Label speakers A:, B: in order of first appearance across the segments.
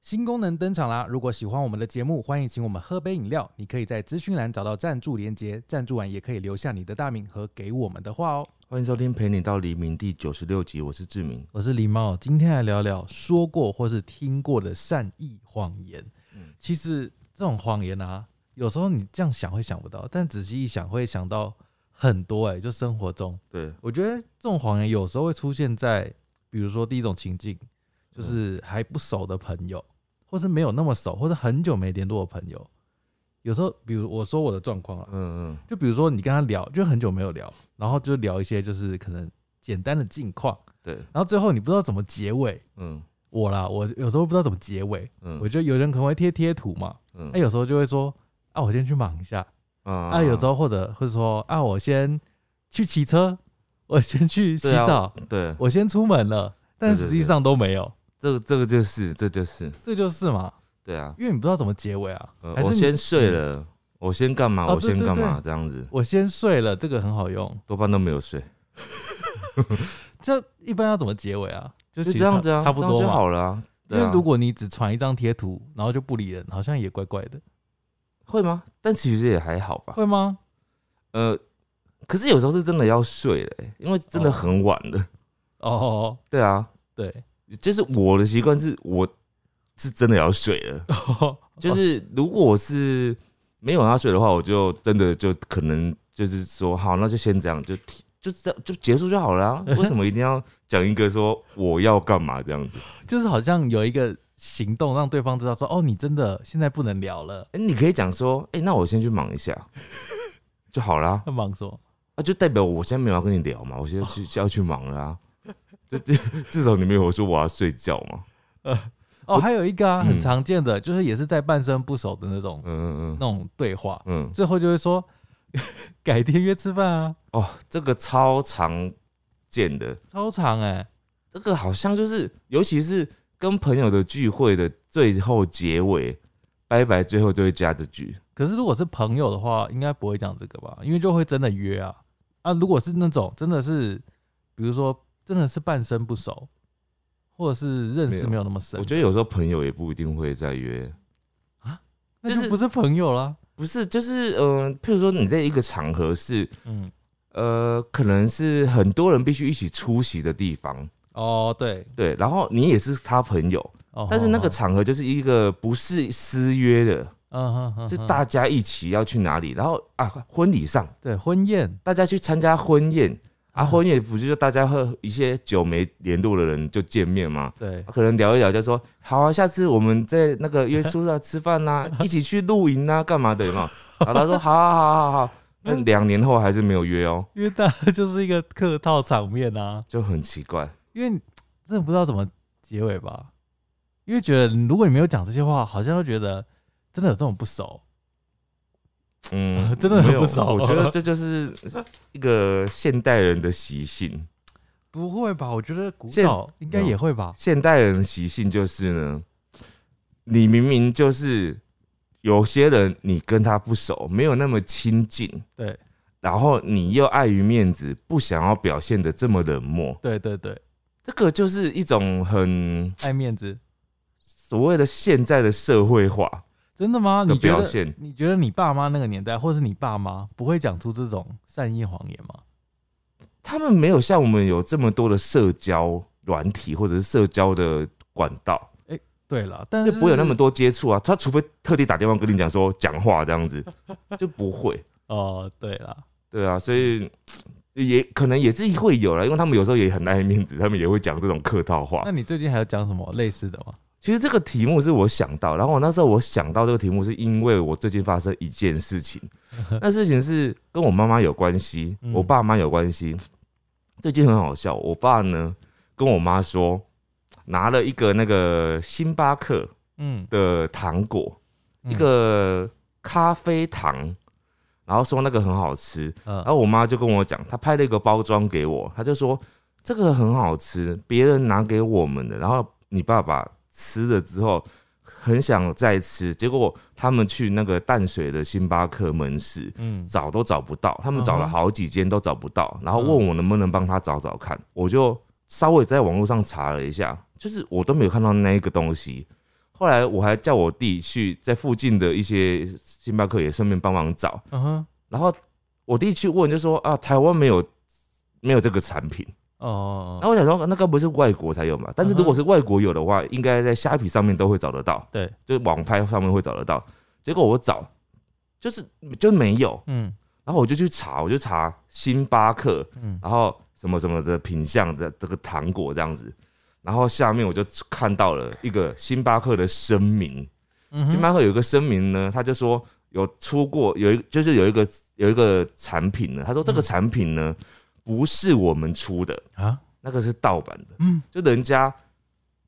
A: 新功能登场啦！如果喜欢我们的节目，欢迎请我们喝杯饮料。你可以在资讯栏找到赞助连结，赞助完也可以留下你的大名和给我们的话哦。
B: 欢迎收听《陪你到黎明》第九十六集，我是志明。
A: 我是狸猫，今天来聊聊说过或是听过的善意谎言。其实这种谎言啊，有时候你这样想会想不到，但仔细一想会想到很多、欸。就生活中，
B: 对，
A: 我觉得这种谎言有时候会出现在，比如说第一种情境，
B: 嗯
A: 就是还不熟的朋友，或是没有那么熟，或者很久没联络的朋友。有时候，比如我说我的状况啊，
B: 嗯嗯，
A: 就比如说你跟他聊，就很久没有聊，然后就聊一些就是可能简单的近况，
B: 对，
A: 然后最后你不知道怎么结尾。
B: 嗯
A: 我啦，我有时候不知道怎么结尾，
B: 嗯，
A: 我觉得哎有人可能会贴贴图嘛，
B: 嗯
A: 那、有时候就会说啊，我先去忙一下，
B: 啊
A: 啊，有时候或者会说啊，我先去骑车，我先去洗
B: 对啊
A: 澡，
B: 对，
A: 我先出门了，但
B: 对对
A: 实际上都没有，
B: 这个这个就是这就是
A: 这就是嘛，
B: 对啊，
A: 因为你不知道怎么结尾啊。
B: 呃
A: 还是
B: 我
A: 你
B: 先睡，了，我先干嘛？
A: 哦
B: 我先
A: 对对
B: 干嘛？
A: 对
B: 这样子
A: 我先睡了，这个很好用。
B: 多半都没有睡，
A: 这一般要怎么结尾啊？就
B: 就
A: 其实
B: 这样子啊，
A: 差不
B: 这
A: 多
B: 样就
A: 嘛。
B: 好了啊。
A: 因
B: 对
A: 为
B: 啊
A: 如果你只传一张贴图，然后就不理人，好像也怪怪的，
B: 会吗？但其实也还好吧。
A: 会吗？
B: 呃，可是有时候是真的要睡了欸，因为真的
A: 哦
B: 很晚了。
A: 哦，
B: 对啊，
A: 对，
B: 就是我的习惯是，我是真的要睡了。
A: 哦
B: 就是如果我是没有要睡的话，我就真的就可能就是说，好，那就先这样，就提就这样就结束就好了、啊。为什么一定要讲一个说我要干嘛这样子？
A: 就是好像有一个行动让对方知道说，哦，你真的现在不能聊了，
B: 哎、你可以讲说，哎、那我先去忙一下就好啦。
A: 很忙说，
B: 啊，就代表我现在没有要跟你聊嘛，我现在去就要去忙了啊。这这至少你没有说我要睡觉嘛。
A: 哦，
B: 我
A: 还有一个啊，
B: 嗯
A: 很常见的，就是也是在半生不熟的那种
B: 嗯嗯
A: 那
B: 嗯
A: 种对话，
B: 嗯，
A: 最后就会说改天约吃饭啊，
B: 哦，这个超常见的，
A: 超长哎、
B: 这个好像就是，尤其是跟朋友的聚会的最后结尾，拜拜，最后就会加这句。
A: 可是如果是朋友的话，应该不会讲这个吧？因为就会真的约啊啊！如果是那种真的是，比如说真的是半生不熟，或者是认
B: 没
A: 识
B: 有
A: 没有那么深
B: 我，觉得有时候朋友也不一定会再约，
A: 那
B: 就
A: 就是不是朋友啦。
B: 不是，就是嗯、呃譬如说你在一个场合是
A: 嗯，
B: 呃，可能是很多人必须一起出席的地方，
A: 哦对，
B: 对，然后你也是他朋友，
A: 哦，
B: 但是那个
A: 哦
B: 场合就是一个不是私约的，
A: 嗯哼哼，
B: 是
A: 哼
B: 大家一起要去哪里，然后啊，婚礼上
A: 对婚宴
B: 大家去参加婚宴。啊，
A: 嗯
B: 婚宴不就是大家和一些久没联络的人就见面吗？
A: 对
B: 可能聊一聊就说好啊，下次我们在那个约出来吃 饭呐、一起去露营啊，干嘛的嘛？然后他说好啊好啊好啊好啊，那
A: 嗯
B: 两年后还是没有约哦，
A: 因为大家就是一个客套场面啊，
B: 就很奇怪。
A: 因为你真的不知道怎么结尾吧？因为觉得如果你没有讲这些话，好像会觉得真的有这种不熟，
B: 嗯
A: 真的很
B: 没有
A: 不熟啊
B: 我觉得这就是一个现代人的习性。
A: 不会吧？我觉得古
B: 现
A: 早应该
B: 没有
A: 也会吧？
B: 现代人的习性就是呢，你明明就是有些人你跟他不熟，没有那么亲近，
A: 对
B: 然后你又碍于面子，不想要表现的这么冷漠，
A: 对对对，
B: 这个就是一种很
A: 爱面子，
B: 所谓的现在的社会化
A: 真的吗？
B: 的
A: 你觉
B: 表
A: 得
B: 现。
A: 你觉得你爸妈那个年代，或是你爸妈不会讲出这种善意谎言吗？
B: 他们没有像我们有这么多的社交软体或者是社交的管道，
A: 对了，但
B: 就是不会有那么多接触啊。他除非特地打电话跟你讲说讲话这样子，就不会。
A: 哦，对了，
B: 对啊，所以也可能也是会有啦，因为他们有时候也很爱面子，他们也会讲这种客套话
A: 那。你最近还有讲什么类似的吗？
B: 其实这个题目是我想到，然后我那时候我想到这个题目是因为我最近发生一件事 情，那事情是跟我妈妈有关系
A: 嗯，
B: 我爸妈有关系。最近很好笑，我爸呢跟我妈说拿了一个那个星巴克
A: 嗯，
B: 的糖果，
A: 嗯
B: 一个咖啡糖，然后说那个很好吃，
A: 嗯
B: 然后我妈就跟我讲，她拍了一个包装给我，她就说这个很好吃，别人拿给我们的，然后你爸爸吃了之后很想再吃，结果他们去那个淡水的星巴克门市
A: 嗯，
B: 找都找不到，他们找了
A: 嗯哼嗯
B: 好几间都找不到，然后问我能不能帮他找找看，我就稍微在网络上查了一下，就是我都没有看到那一个东西。后来我还叫我弟去在附近的一些星巴克也顺便帮忙找，
A: 嗯哼，
B: 然后我弟去问就说啊，台湾没有没有这个产品。
A: 哦，
B: 那我想说，那该不是外国才有嘛？但是如果是外国有的话，应该在虾皮上面都会找得到，
A: 对，
B: 就是网拍上面会找得到。结果我找，就是就没有，
A: 嗯
B: 然后我就去查，我就查星巴克，
A: 嗯
B: 然后什么什么的品相的这个糖果这样子，然后下面我就看到了一个星巴克的声明，
A: 嗯
B: 星
A: 哼，
B: 巴克有一个声明呢，他就说有出过有一就是有一个有一个产品呢，他说这个产品呢
A: 嗯
B: 不是我们出的，
A: 啊，
B: 那个是盗版的，
A: 嗯，
B: 就人家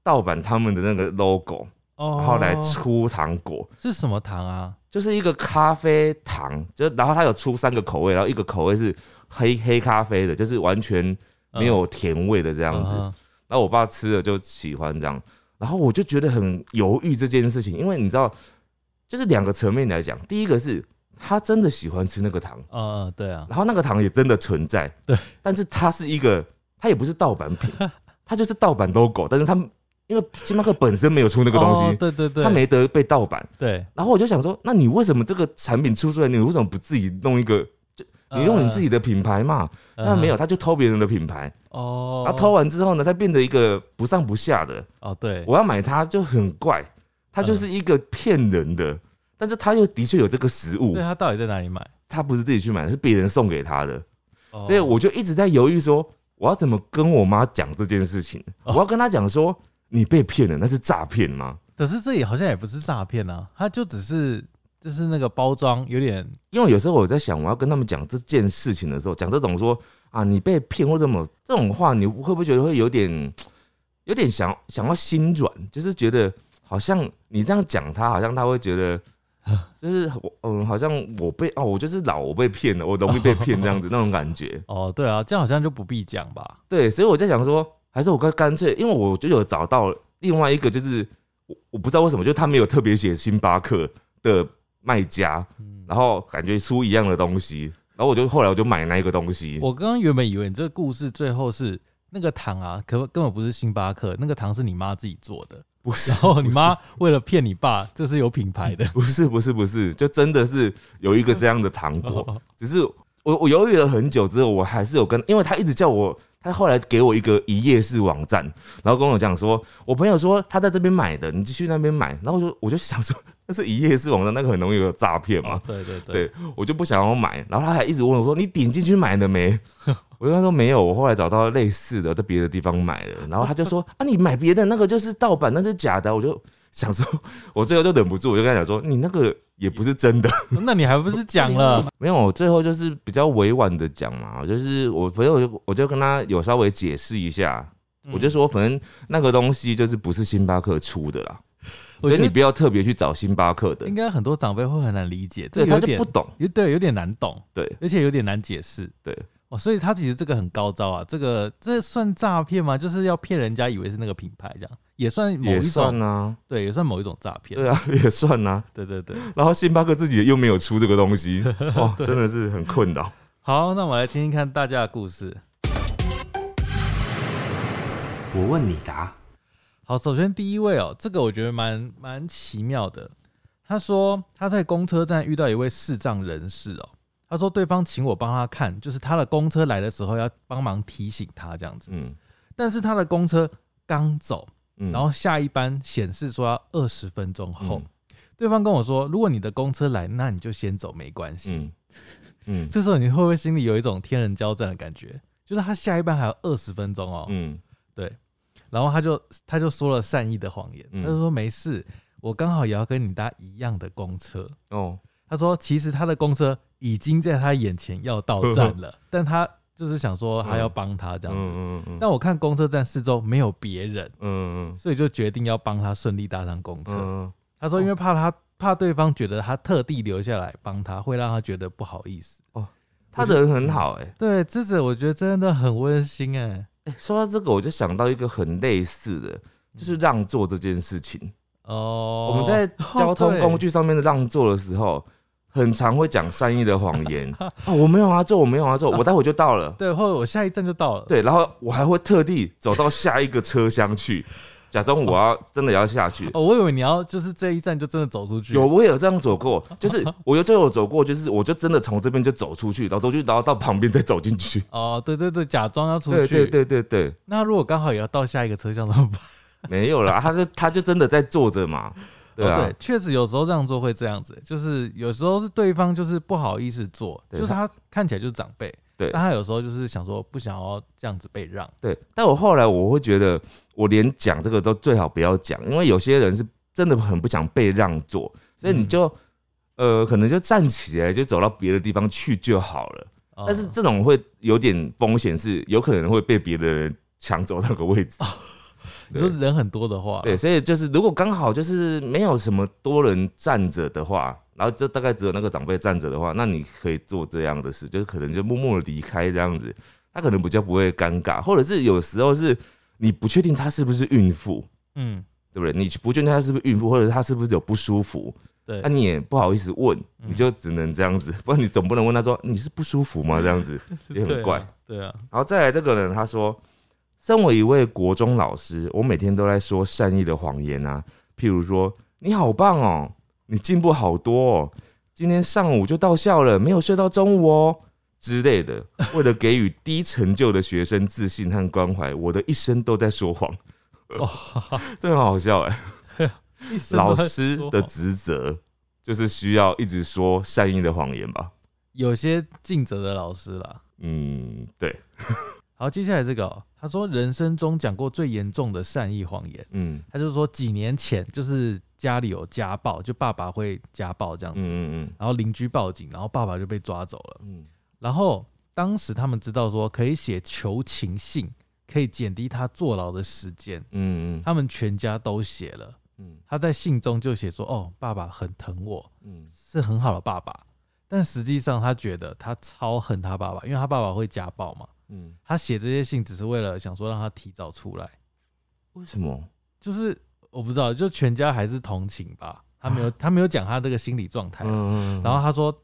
B: 盗版他们的那个 logo，
A: 哦，
B: 然后来出糖果，
A: 是什么糖啊？
B: 就是一个咖啡糖，就然后它有出三个口味，然后一个口味是黑黑咖啡的，就是完全
A: 呃
B: 没有
A: 嗯
B: 甜味的这
A: 这
B: 样子。然后我爸吃了就喜欢这样，然后我就觉得很犹豫这件事情，因为你知道，就是两个层面来讲，第一个是他真的喜欢吃那个糖，
A: 嗯嗯，对啊，
B: 然后那个糖也真的存在，
A: 对，
B: 但是它是一个，它也不是盗版品，它就是盗版 logo，但是它因为星巴克本身没有出那
A: 这
B: 个东西，
A: 哦对对对，
B: 它没得被盗版。
A: 对，
B: 然后我就想说，那你为什么这个产品出出来，你为什么不自己弄一个？你用你自己的品牌嘛？
A: 呃，
B: 那没
A: 嗯
B: 有，他就偷别人的品牌，
A: 哦，
B: 他偷完之后呢，他变得一个不上不下的。
A: 哦，对，
B: 我要买它就很怪，它就是一个骗人的，但是他又的确有这个食物
A: 所以，他到底在哪里买？
B: 他不是自己去买的，是别人送给他的。
A: 哦
B: 所以我就一直在犹豫说，我要怎么跟我妈讲这件事情？
A: 哦
B: 我要跟她讲说，你被骗了，那是诈骗吗？
A: 可是这也好像也不是诈骗啊，它就只是就是那个包装有点
B: 因为有时候我在想，我要跟他们讲这件事情的时候，讲这种说啊，你被骗或者什么这种话，你会不会觉得会有点有点想想要心软？就是觉得好像你这样讲他，好像他会觉得。就是我，嗯，好像我被哦，我就是老，我被骗了，我容易被骗这样子那种感觉。
A: 哦，对啊，这样好像就不必讲吧？
B: 对，所以我在想说，还是我干干脆，因为我就有找到另外一个，就是我我不知道为什么，就他没有特别写星巴克的卖家，
A: 嗯，
B: 然后感觉出一样的东西，然后我就后来我就买那一个东西，
A: 我刚刚原本以为你这个故事最后是那个糖啊，可根本不是星巴克，那个糖是你妈自己做的，
B: 不是
A: 然，后你
B: 不是
A: 妈为了骗你爸，这是有品牌的。
B: 不是不是不是，就真的是有一个这样的糖果，只是我我犹豫了很久之后，我还是有跟，因为他一直叫我，他后来给我一个一页式网站，然后跟我讲说，我朋友说他在这边买的，你去那边买，然后我就我就想说， 那是一页式网站，那个很容易有诈骗嘛
A: 哦，对对对，
B: 嗯对我就不想要买，然后他还一直问我说：“你点进去买了没？” 我就跟他说：“没有，我后来找到类似的，在别的地方买了。”然后他就说：“啊，你买别的那个就是盗版，那是假的。”我就想说，我最后就忍不住，我就跟他讲说：“你那个也不是真的。
A: 那你还不是讲了？”
B: 没有，我最后就是比较委婉的讲嘛，就是我朋友就我就跟他有稍微解释一下，
A: 嗯
B: 我就说反正那个东西就是不是星巴克出的啦，
A: 我
B: 所
A: 觉
B: 以你
A: 得
B: 不要特别去找星巴克的
A: 应，该很多长辈会很难理解，这个
B: 对，
A: 有
B: 他就
A: 点
B: 不懂，
A: 有对有点难懂，
B: 对
A: 而且有点难解释。
B: 对。
A: 哦，所以他其实这个很高招啊，这个这算诈骗吗？就是要骗人家以为是那个品牌，这样也算某
B: 也
A: 一种
B: 算啊，
A: 对，也算某一种诈骗。
B: 对啊，也算啊。
A: 对对对，
B: 然后星巴克自己又没有出这个 东西，哦，真的是很困扰。
A: 好，那我们来听听看大家的故事。
C: 我问你答，
A: 好，首先第一位哦，这个我觉得蛮蛮奇妙的。他说他在公车站遇到一位视障人士哦，他说对方请我帮他看，就是他的公车来的时候要帮忙提醒他这样子，
B: 嗯
A: 但是他的公车刚走，
B: 嗯
A: 然后下一班显示说要二十分钟后
B: 嗯，
A: 对方跟我说，如果你的公车来，那你就先走没关系。
B: 嗯 嗯
A: 这时候你会不会心里有一种天人交战的感觉？就是他下一班还有二十分钟哦，
B: 嗯
A: 然后他就他就说了善意的谎言，
B: 嗯
A: 他就说没事，我刚好也要跟你搭一样的公车。
B: 哦，
A: 他说其实他的公车已经在他眼前要到站 了，但他就是想说他要帮他这
B: 这
A: 样子。
B: 嗯嗯
A: 但我看公车站四周没有别人，
B: 嗯
A: 所以就决定要帮他顺利搭上公车。
B: 嗯
A: 他说因为怕他怕对方觉得他特地留下来帮他，会让他觉得不好意思。
B: 哦他人很好哎、
A: 对，这者我觉得真的很温馨哎、
B: 哎说到这个，我就想到一个很类似的，就是让座这件事情。
A: 嗯 哦，
B: 我们在交通工
A: 具。
B: 具上面的让座的时候，很常会讲善意的谎 言啊，我没有啊，坐，我没有啊，坐，我待会就到了。
A: 对，或者我下一站就到了。
B: 对，然后我还会特地走到下一个车厢去，假装我要真的要下去。
A: 哦，我以为你要就是这一站就真的走出去。
B: 有，我也有这样走过，就是我有就有走过，就是我就真的从这边就走出去，然后走去，然后到旁边再走进去。
A: 哦，对对对，假装要出
B: 对
A: 去。
B: 对对对对，
A: 那如果刚好也要到下一个车厢怎么办？
B: 没有 啦，他就他就真的在坐着嘛，对
A: 哦
B: 啊
A: 对，，确实有时候这样做会这样子，就是有时候是对方就是不好意思做，
B: 对
A: 就是他看起来就是长辈，
B: 对
A: 但他有时候就是想说不想要这样子被让，
B: 对，但我后来我会觉得，我连讲这个都最好不要讲，因为有些人是真的很不想被让座，所以
A: 嗯
B: 你就、呃，可能就站起来就走到别的地方去就好了。
A: 哦
B: 但是这种会有点风险，是有可能会被别的人抢走那个位置。
A: 你说人很多的话，
B: 对，所以就是如果刚好就是没有什么多人站着的话，然后就大概只有那个长辈站着的话，那你可以做这样的事，就是可能就默默的离开这样子，他可能比较不会尴尬，或者是有时候是你不确定他是不是孕妇，
A: 嗯，
B: 对不对？你不确定他是不是孕妇，或者他是不是有不舒服，
A: 对
B: 那、，你也不好意思问，你就只能这样子，不然你总不能问他说你是不舒服吗？这样子也
A: 对
B: 很
A: 啊
B: 怪。，
A: 对啊，
B: 然后再来这个人，他说：“身为一位国中老师，我每天都在说善意的谎言啊，譬如说你好棒哦，你进步好多哦，今天上午就到校了，没有睡到中午哦之类的。为了给予低成就的学生自信和关怀，我的一生都在说谎，
A: 哦，
B: 这很好笑哎。
A: 一生
B: 老
A: 都在
B: 师
A: 说
B: 的
A: 谎
B: 职责就是需要一直说善意的谎言吧？
A: 有些尽责的老师啦。
B: 嗯，对，
A: 好，接下来这个哦、他说人生中讲过最严重的善意谎言，
B: 嗯
A: 他就是说几年前就是家里有家暴，就爸爸会家暴这样
B: 嗯
A: 子，
B: 嗯
A: 然后邻居报警，然后爸爸就被抓走了。
B: 嗯
A: 然后当时他们知道说可以写求情信，可以减低他坐牢的时间，
B: 嗯嗯
A: 他们全家都写了。
B: 嗯
A: 他在信中就写说：“哦，爸爸很疼我，
B: 嗯
A: 是很好的爸爸。”但实际上他觉得他超恨他爸爸，因为他爸爸会家暴嘛。
B: 嗯，
A: 他写这些信只是为了想说让他提早出来，
B: 为什么？
A: 就是我不知道，就全家还是同情吧。他没有，他没有讲他这个心理状态啊、
B: 啊嗯
A: 然后他说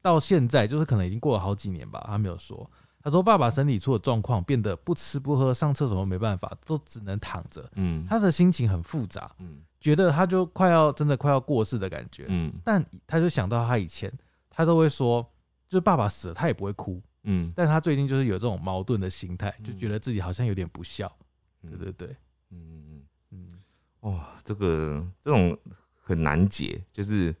A: 到现在就是可能已经过了好几年吧，他没有说。他说爸爸身体出了状况，变得不吃不喝，上厕所都没办法，都只能躺着。
B: 嗯
A: 他的心情很复杂，
B: 嗯
A: 觉得他就快要真的快要过世的感觉。
B: 嗯
A: 但他就想到他以前，他都会说，就是爸爸死了他也不会哭，
B: 嗯，
A: 但他最近就是有这种矛盾的心态，就
B: 嗯
A: 觉得自己好像有点不孝。对
B: 对
A: 对，对，
B: 嗯嗯
A: 嗯，
B: 嗯，哇，这个这种很难解，就是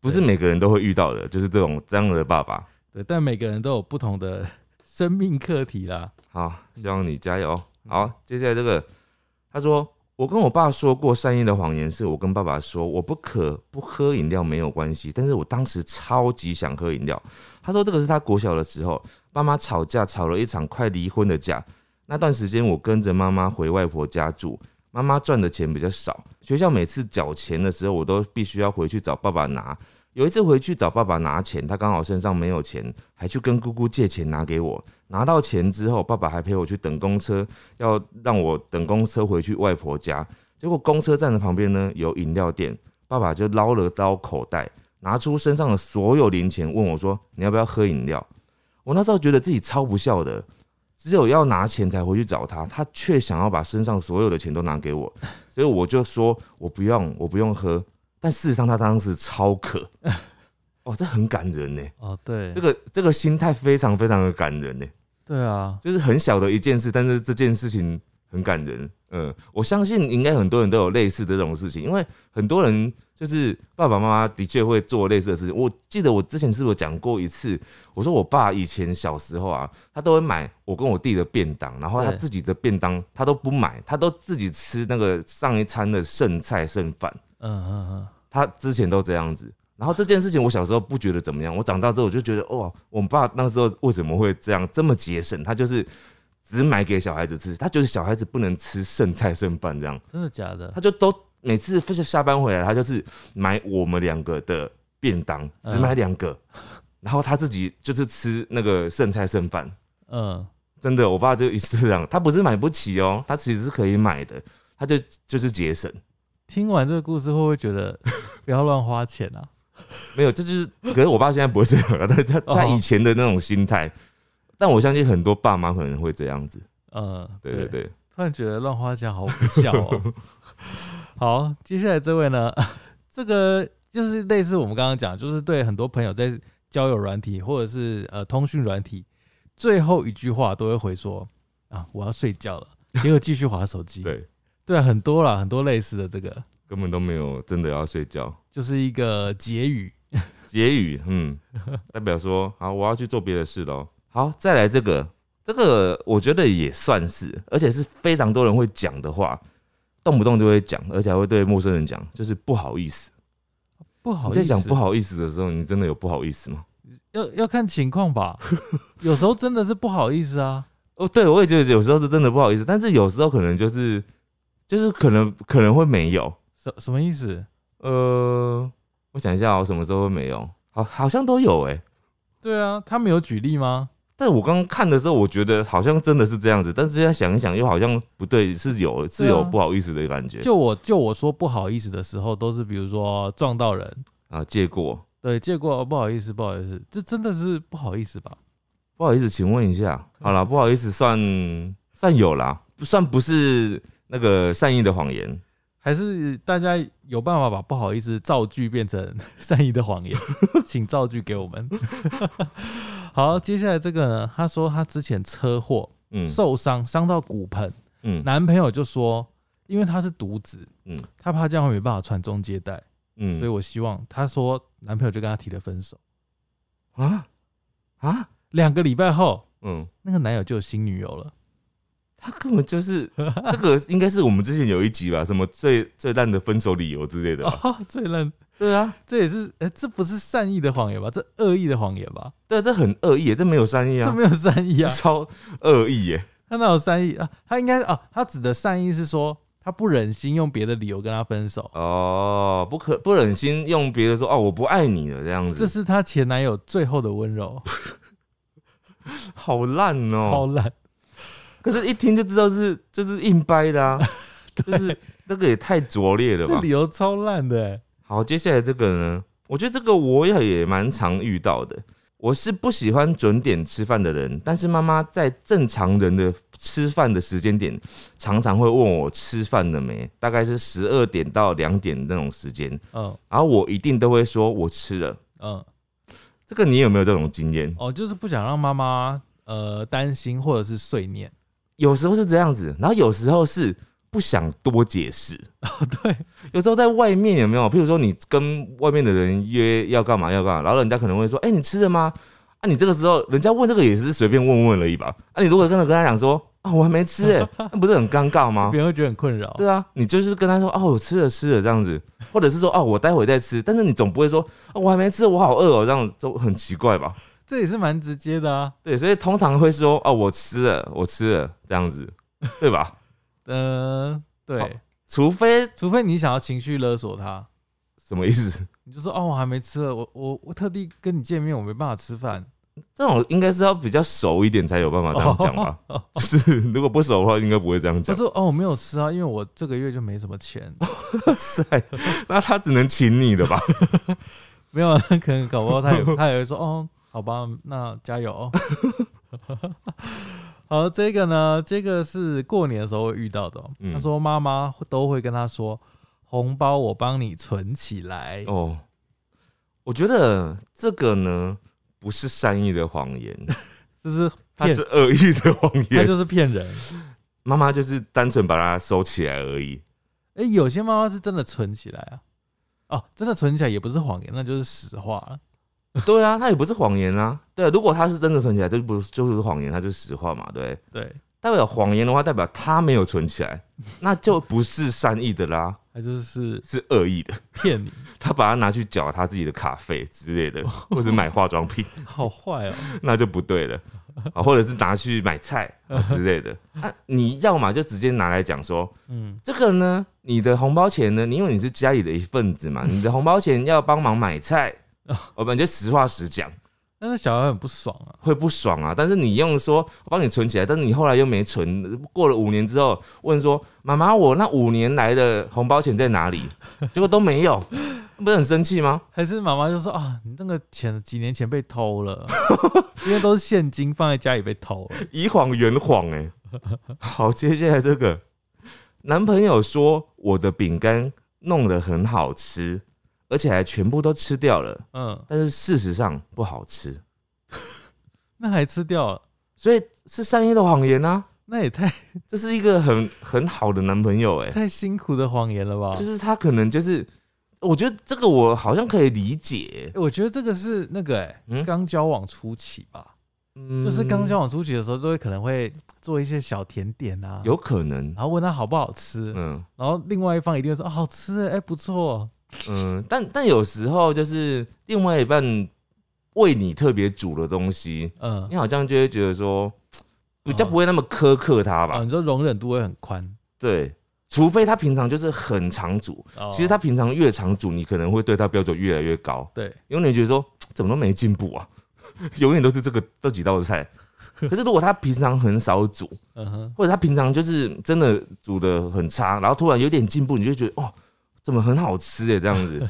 B: 不是每个人都会遇到的，就是这种这样的爸爸。
A: 对。但每个人都有不同的生命课题啦。
B: 好，希望你加油。好，接下来这个，他说我跟我爸说过善意的谎言，是我跟爸爸说我不渴不喝饮料没有关系，但是我当时超级想喝饮料。他说这个是他国小的时候，爸妈吵架吵了一场快离婚的架。那段时间我跟着妈妈回外婆家住，妈妈赚的钱比较少，学校每次缴钱的时候，我都必须要回去找爸爸拿。有一次回去找爸爸拿钱，他刚好身上没有钱，还去跟姑姑借钱拿给我。拿到钱之后，爸爸还陪我去等公车，要让我等公车回去外婆家。结果公车站的旁边呢有饮料店，爸爸就捞了刀口袋，拿出身上的所有零钱，问我说：“你要不要喝饮料？”我那时候觉得自己超不孝的，只有要拿钱才回去找他，他却想要把身上所有的钱都拿给我，所以我就说我不用，我不用喝。但事实上他当时超渴，哦，这很感人呢。
A: 哦，对
B: 这，个这个心态非常非常的感人呢。
A: 对啊，
B: 就是很小的一件事，但是这件事情很感人。嗯，我相信应该很多人都有类似的这种事情，因为很多人就是呃爸爸妈妈的确会做类似的事情。我记得我之前是不是有讲过一次，我说我爸以前小时候啊，他都会买我跟我弟的便当，然后他
A: 对
B: 自己的便当他都不买，他都自己吃那个上一餐的剩菜剩饭。
A: 嗯嗯嗯。
B: 他之前都这样子。然后这件事情我小时候不觉得怎么样，我长大之后我就觉得，哇，我们爸那时候为什么会这样这么节省？他就是只买给小孩子吃，他就是小孩子不能吃剩菜剩饭这样，
A: 真的假的
B: 他？就都每次下班回来，他就是买我们两个的便当，只买两个，然后他自己就是吃那个剩菜剩饭。
A: 嗯，
B: 真的，我爸就一直这样，他不是买不起哦，他其实是可以买的，他就就是节省。
A: 听完这个故事会不会觉得 不要乱花钱啊？
B: 没有，这就是，可是我爸现在不会这样了，他他
A: 哦
B: 他以前的那种心态，但我相信很多爸妈可能会这样子，
A: 嗯，
B: 对对对，
A: 突然觉得乱花钱好不孝 哦。好，接下来这位呢， 这个就是类似我们刚刚讲，就是对很多朋友在交友软体或者是呃通讯软体，最后一句话都会回说啊我要睡觉了，结果继续划手机。
B: 对，
A: 对啊，很多啦，很多类似的这个
B: 根本都没有真的要睡觉。
A: 就是一个结语。
B: 结语，嗯，代表说好，我要去做别的事喽。好，再来这个，这个我觉得也算是，而且是非常多人会讲的话，动不动就会讲，而且还会对陌生人讲，就是不好意思。
A: 不好
B: 你
A: 意思，
B: 在讲不好意思的时候，你真的有不好意思吗？
A: 要要看情况 吧，有时候真的是不好意思啊。
B: 哦，对，我也觉得有时候是真的不好意思，但是有时候可能就是，就是可能可能会没有，
A: 什什么意思？
B: 呃，我想一下、哦，我什么时候会没有？好，好像都有哎、
A: 对啊，他们有举例吗？
B: 但我刚刚看的时候，我觉得好像真的是这样子，但是现在想一想，又好像不对，是有是有不好意思的感觉
A: 啊就我就我说不好意思的时候，都是比如说撞到人，
B: 啊。借过，
A: 对，结果、哦不好意思，不好意思，这真的是不好意思吧？
B: 不好意思，请问一下，好啦，不好意思，算算有啦，不算不是那个善意的谎言，
A: 还是大家有办法把不好意思造句变成 善意的谎 言？请造句给我们。 好，接下来这个呢？他说他之前车祸
B: 嗯
A: 受伤，伤到骨盆，
B: 嗯
A: 男朋友就说，因为他是独子，
B: 嗯
A: 他怕这样会没办法传宗接代，
B: 嗯，
A: 所以我希望他说男朋友就跟他提了分手。
B: 啊啊，
A: 两个礼拜后，
B: 嗯，
A: 那个男友就有新女友了。
B: 他根本就是 这个，应该是我们之前有一集吧，什么最最烂的分手理由之类的吧，
A: 哦，最烂，
B: 对啊，
A: 这也是，哎、这不是善意的谎言吧？这恶意的谎言吧？
B: 对，啊这很恶意耶，这没有善意
A: 这
B: 啊，
A: 没有善意啊，
B: 超恶意耶，
A: 他哪有善意啊？他应该啊，他指的善意是说他不忍心用别的理由跟他分手，
B: 哦，不可不忍心用别的说哦，我不爱你了这样
A: 这
B: 子，
A: 是他前男友最后的温柔，
B: 好烂
A: 超
B: 哦、
A: 烂。
B: 可是，一听就知道是就是硬掰 的啊，就是那个也太拙劣了
A: 这
B: 吧
A: 理。由超烂的、欸，
B: 好，接下来这个呢，我觉得这个我也也蛮常遇到的。我是不喜欢准点吃饭的人，但是妈妈在正常人的吃饭的时间点，常常会问我吃饭了没，大概是十二点到两点那种时间，
A: 嗯
B: 然后我一定都会说我吃了。
A: 嗯，
B: 这个你有没有这种经验？
A: 哦，就是不想让妈妈呃担心或者是碎念。
B: 有时候是这样子，然后有时候是不想多解释。
A: 哦，对，
B: 有时候在外面有没有？譬如说你跟外面的人约要干嘛要干嘛，然后人家可能会说：“哎、你吃了吗？”啊，你这个时候人家问这个也是随便问问而已吧？啊，你如果跟他跟他讲说：“啊，我还没吃、欸，那不是很尴尬吗
A: 别人会觉得很困扰。
B: 啊对啊，你就是跟他说：“哦，我吃了吃了这样子，或者是说：“哦，我待会再吃。”但是你总不会说：“啊，我还没吃，我好饿哦。”这样都很奇怪吧？
A: 这也是蛮直接的啊。
B: 对，所以通常会说：“哦，我吃了，我吃了这样子，对吧？”
A: 嗯、
B: 好
A: 对，
B: 除非
A: 除非你想要情绪勒索他，
B: 什么意 思？
A: 你就说哦，我还没吃了，我我我特地跟你见面，我没办法吃饭。
B: 这种应该是要比较熟一点才有办法这样讲吧。就是如果不熟的话，应该不会这样
A: 他
B: 讲。
A: 说哦，我没有吃啊，因为我这个月就没什么钱。
B: 哇塞，那他只能请你 了吧？
A: 没有，啊， 可能搞不好 他也他也会说哦，好吧，那加油。 哦。好，这个呢，这个是过年的时候会遇到的哦、
B: 嗯
A: 他说妈妈都会跟他说，红包我帮你存起来。
B: 哦，我觉得这个呢不是善意的谎 言，
A: 这是
B: 它
A: 骗
B: 是，恶意的谎
A: 他
B: 言。
A: 就是骗人。
B: 妈妈就是单纯把它收起来而已。
A: 哎、有些妈妈是真的存起来啊，哦，真的存起来也不是谎言，那就是实话了。
B: 对啊，那也不是谎言啊。对，如果他是真的存起来，就不是就是谎言，它就是实话嘛。对，
A: 对，
B: 代表谎言的话，代表他没有存起来，那就不是善意的啦，
A: 他就是
B: 是恶意的。
A: 骗你，
B: 他把它拿去缴他自己的卡费之类的， 或者买化妆品，
A: 好坏哦。
B: 那就不对了啊，或者是拿去买菜、啊、之类的。啊，你要嘛就直接拿来讲说，
A: 嗯，
B: 这个呢，你的红包钱呢，你因为你是家里的一份子嘛，你的红包钱要帮忙买菜，我们就实话实讲，
A: 但是小孩很不爽啊。
B: 会不爽啊。但是你用说我帮你存起来，但是你后来又没存，过了五年之后问说，妈妈，我那五年来的红包钱在哪里？结果都没有，不是很生气吗？
A: 还是妈妈就说啊，你那个钱几 年前被偷了，因为都是现金放在家里被偷了。
B: 以谎圆谎，哎， 好，接下来这个，男朋友说我的饼干弄得很好吃，而且还全部都吃掉了，
A: 嗯，
B: 但是事实上不好吃，
A: 那还吃掉了，
B: 所以是善意的谎言啊。
A: 那也太
B: 这是一个很很好的男朋友、欸，
A: 太辛苦的谎言了吧？
B: 就是他可能就是，我觉得这个我好像可以理解
A: 欸，我觉得这个是那个哎、
B: 嗯
A: 刚交往初期吧，
B: 嗯
A: 就是刚交往初期的时候，就会可能会做一些小甜点啊，
B: 有可能，
A: 然后问他好不好吃，
B: 嗯
A: 然后另外一方一定会说哦好吃哎、哎不错，
B: 嗯，但但有时候就是另外一半为你特别煮的东西，
A: 嗯
B: 你，好像就会觉得说比较
A: 嗯
B: 不会那么苛刻他吧，
A: 啊，你说容忍度会很宽，
B: 对，除非他平常就是很常煮，
A: 哦
B: 其实他平常越常煮，你可能会对他标准越来越高，
A: 对
B: 因为你觉得说怎么都没进步啊， 永远都是这个这几道菜。可是如果他平常很少煮，
A: 嗯哼，
B: 或者他平常就是真的煮的很差，然后突然有点进步，你就觉得哦，怎么很好吃哎，这样子，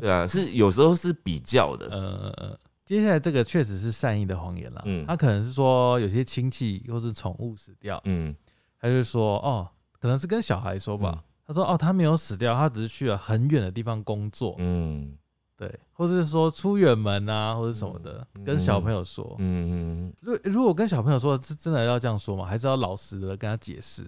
B: 对啊，是有时候是比较的，
A: 呃，呃接下来这个确实是善意的谎言啦，
B: 嗯
A: 他可能是说有些亲戚或是宠物死掉，
B: 嗯
A: 他就说哦，可能是跟小孩说吧，
B: 嗯
A: 他说哦他没有死掉，他只是去了很远的地方工作，
B: 嗯
A: 对，或者是说出远门啊，或者什么的，
B: 嗯
A: 跟小朋友说。
B: 嗯
A: 如、如果跟小朋友说是真的要这样说吗？还是要老实的跟他解释？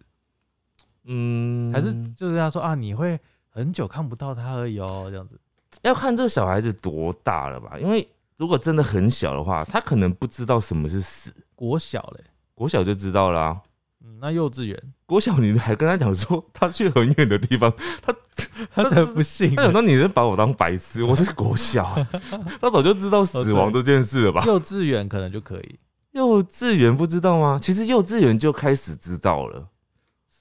B: 嗯，
A: 还是就是跟他说啊，你会很久看不到他而已哦，这样子。
B: 要看这个小孩子多大了吧？因为如果真的很小的话，他可能不知道什么是死，
A: 国小嘞，
B: 国小就知道啦、啊
A: 嗯，那幼稚园
B: 国小你还跟他讲说他去很远的地方，
A: 他才不信 呢。
B: 他想到你是把我当白痴，我是国小啊、 他早就知道死亡这件事了吧？
A: 幼稚园可能就可以，
B: 幼稚园不知道吗？其实幼稚园就开始知道了。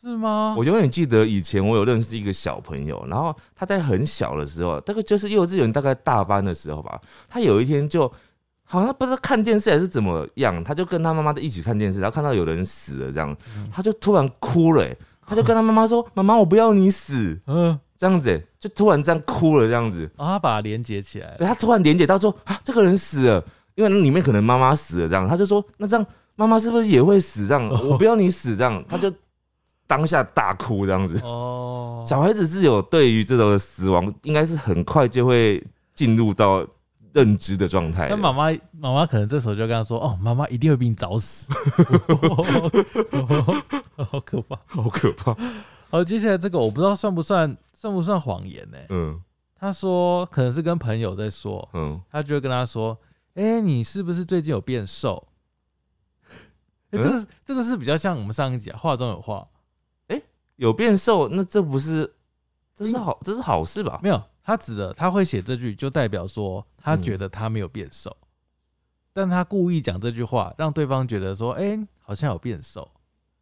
A: 是吗？
B: 我永远记得以前我有认识一个小朋友，然后他在很小的时候，大概就是幼稚园大概大班的时候吧，他有一天就好像不知道看电视还是怎么样，他就跟他妈妈一起看电视，然后看到有人死了这样，他就突然哭了、欸他就跟他妈妈说：“妈妈，我不要你死。
A: 嗯，”
B: 这样子、欸就突然这样哭了，这样子。
A: 啊，他把它连接起来了。
B: 对他突然连接到说啊，这个人死了，因为那里面可能妈妈死了这样，他就说那这样妈妈是不是也会死这样？我不要你死这样，他就当下大哭这样子。
A: 哦，
B: 小孩子是有对于这种死亡，应该是很快就会进入到认知的状态的。
A: 那妈妈妈妈可能这时候就跟他说：“哦，妈妈一定会比你早死。 好可怕。
B: 好可怕，
A: 好，接下来这个我不知道算不算算不算谎言呢、
B: 嗯
A: 他说可能是跟朋友在说，
B: 嗯，
A: 他就会跟他说：“哎、你是不是最近有变瘦？”欸、
B: 嗯
A: 这个这个是比较像我们上一集、啊、话中有话，
B: 有变瘦，那这不是这是好这是好事吧？
A: 没有他指的他会写这句，就代表说他
B: 嗯
A: 觉得他没有变瘦，但他故意讲这句话，让对方觉得说：“哎、好像有变瘦。”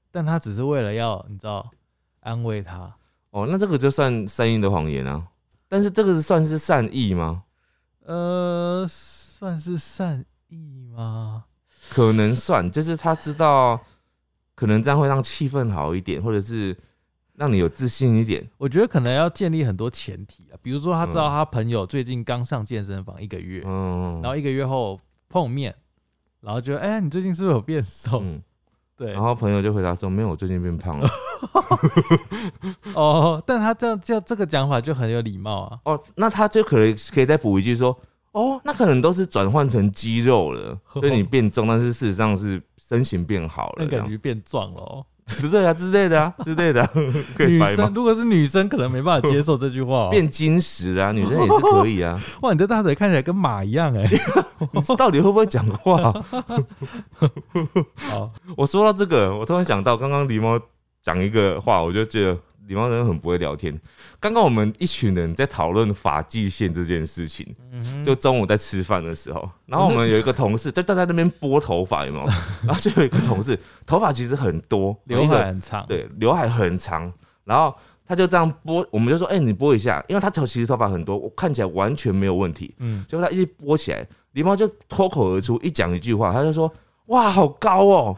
A: 但他只是为了要你知道安慰他，
B: 哦，那这个就算善意的谎言啊。但是这个算是善意吗？
A: 呃，算是善意吗？
B: 可能算，就是他知道，可能这样会让气氛好一点，或者是让你有自信一点。
A: 我觉得可能要建立很多前提啊，比如说他知道
B: 嗯
A: 他朋友最近刚上健身房一个月，
B: 嗯，
A: 然后一个月后碰面，然后就哎、你最近是不是有变瘦？
B: 嗯，
A: 对
B: 然后朋友就回答说：“没有，我最近变胖了。
A: 哦，但他这样这样这个讲法就很有礼貌啊”，
B: 哦，那他就可以可以再补一句说：“哦，那可能都是转换成肌 肉了，所以你变重，但是事实上是身形变好
A: 那
B: 了，这
A: 感
B: 样
A: 觉变壮了哦。
B: 对啊之类的啊之类 的啊、可以
A: 女
B: 白吗
A: 生？如果是女生，可能没办法接受这句话、哦。
B: 变金石啊，女生也是可以啊。
A: 哇，你的大腿看起来跟马一样哎、
B: 你到底会不会讲话？
A: 好，
B: 我说到这个，我突然想到刚刚狸猫讲一个话，我就觉得狸猫真的很不会聊天。刚刚我们一群人在讨论发际线这件事情，
A: 嗯
B: 就中午在吃饭的时候，然后我们有一个同事在在在那边拨头 发，有没有？然后就有一个同事头发其实很多，
A: 刘
B: 一个
A: 海很长，，
B: 对，刘海很长，然后他就这样拨，我们就说，哎、你拨一下，因为他头其实头发很多，我看起来完全没有问题。
A: 嗯，
B: 结果他一拨起来，狸猫就脱口而出一讲一句话，他就说：“哇，好高哦！”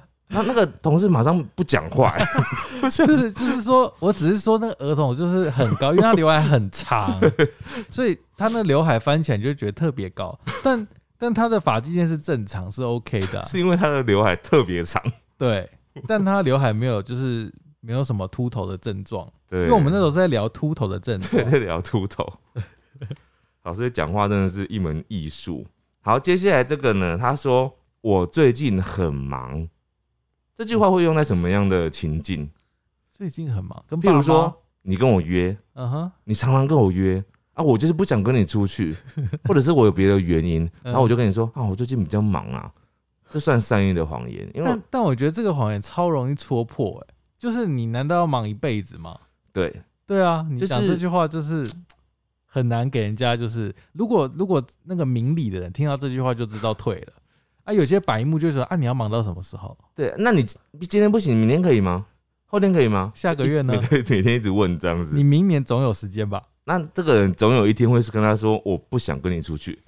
B: 那那个同事马上不讲话、欸，我想
A: 就是就是说，我只是说那个儿童就是很高，因为他刘海很 长，所以他那刘海翻起来你就觉得特别高。 但但他的发际线是正常，是 OK 的啊、
B: 是因为他的刘海特别长，
A: 对，但他刘海没有就是没有什么秃头的症状，
B: 对，
A: 因为我们那时候是在聊秃头的症状
B: 对。在聊秃头。 老师讲话真的是一门艺术。好，接下来这个呢，他说我最近很忙，这句话会用在什么样的情境？
A: 最近很忙，跟
B: 譬
A: 嗯爸
B: 如
A: 妈
B: 说，，你跟我约，
A: 嗯哼，
B: 你常常跟我约啊，我就是不想跟你出 去，或者是我有别的原因，
A: 嗯
B: 然后我就跟你说啊，我最近比较忙啊，这算善意的谎言，因为
A: 但但我觉得这个谎言超容易戳破、哎，就是你难道要忙一辈子吗？
B: 对
A: 对啊，你
B: 就是
A: 讲这句话就是很难给人家，就是如果如果那个明理的人听到这句话就知道退了啊，有些白目就说啊，你要忙到什么时候？
B: 对，那你今天不行，明天可以吗？后天可以吗？
A: 下个月呢
B: 每？天每天一直问这样子，
A: 你明年总有时间吧？
B: 那这个人总有一天会是跟他说我不想跟你出去，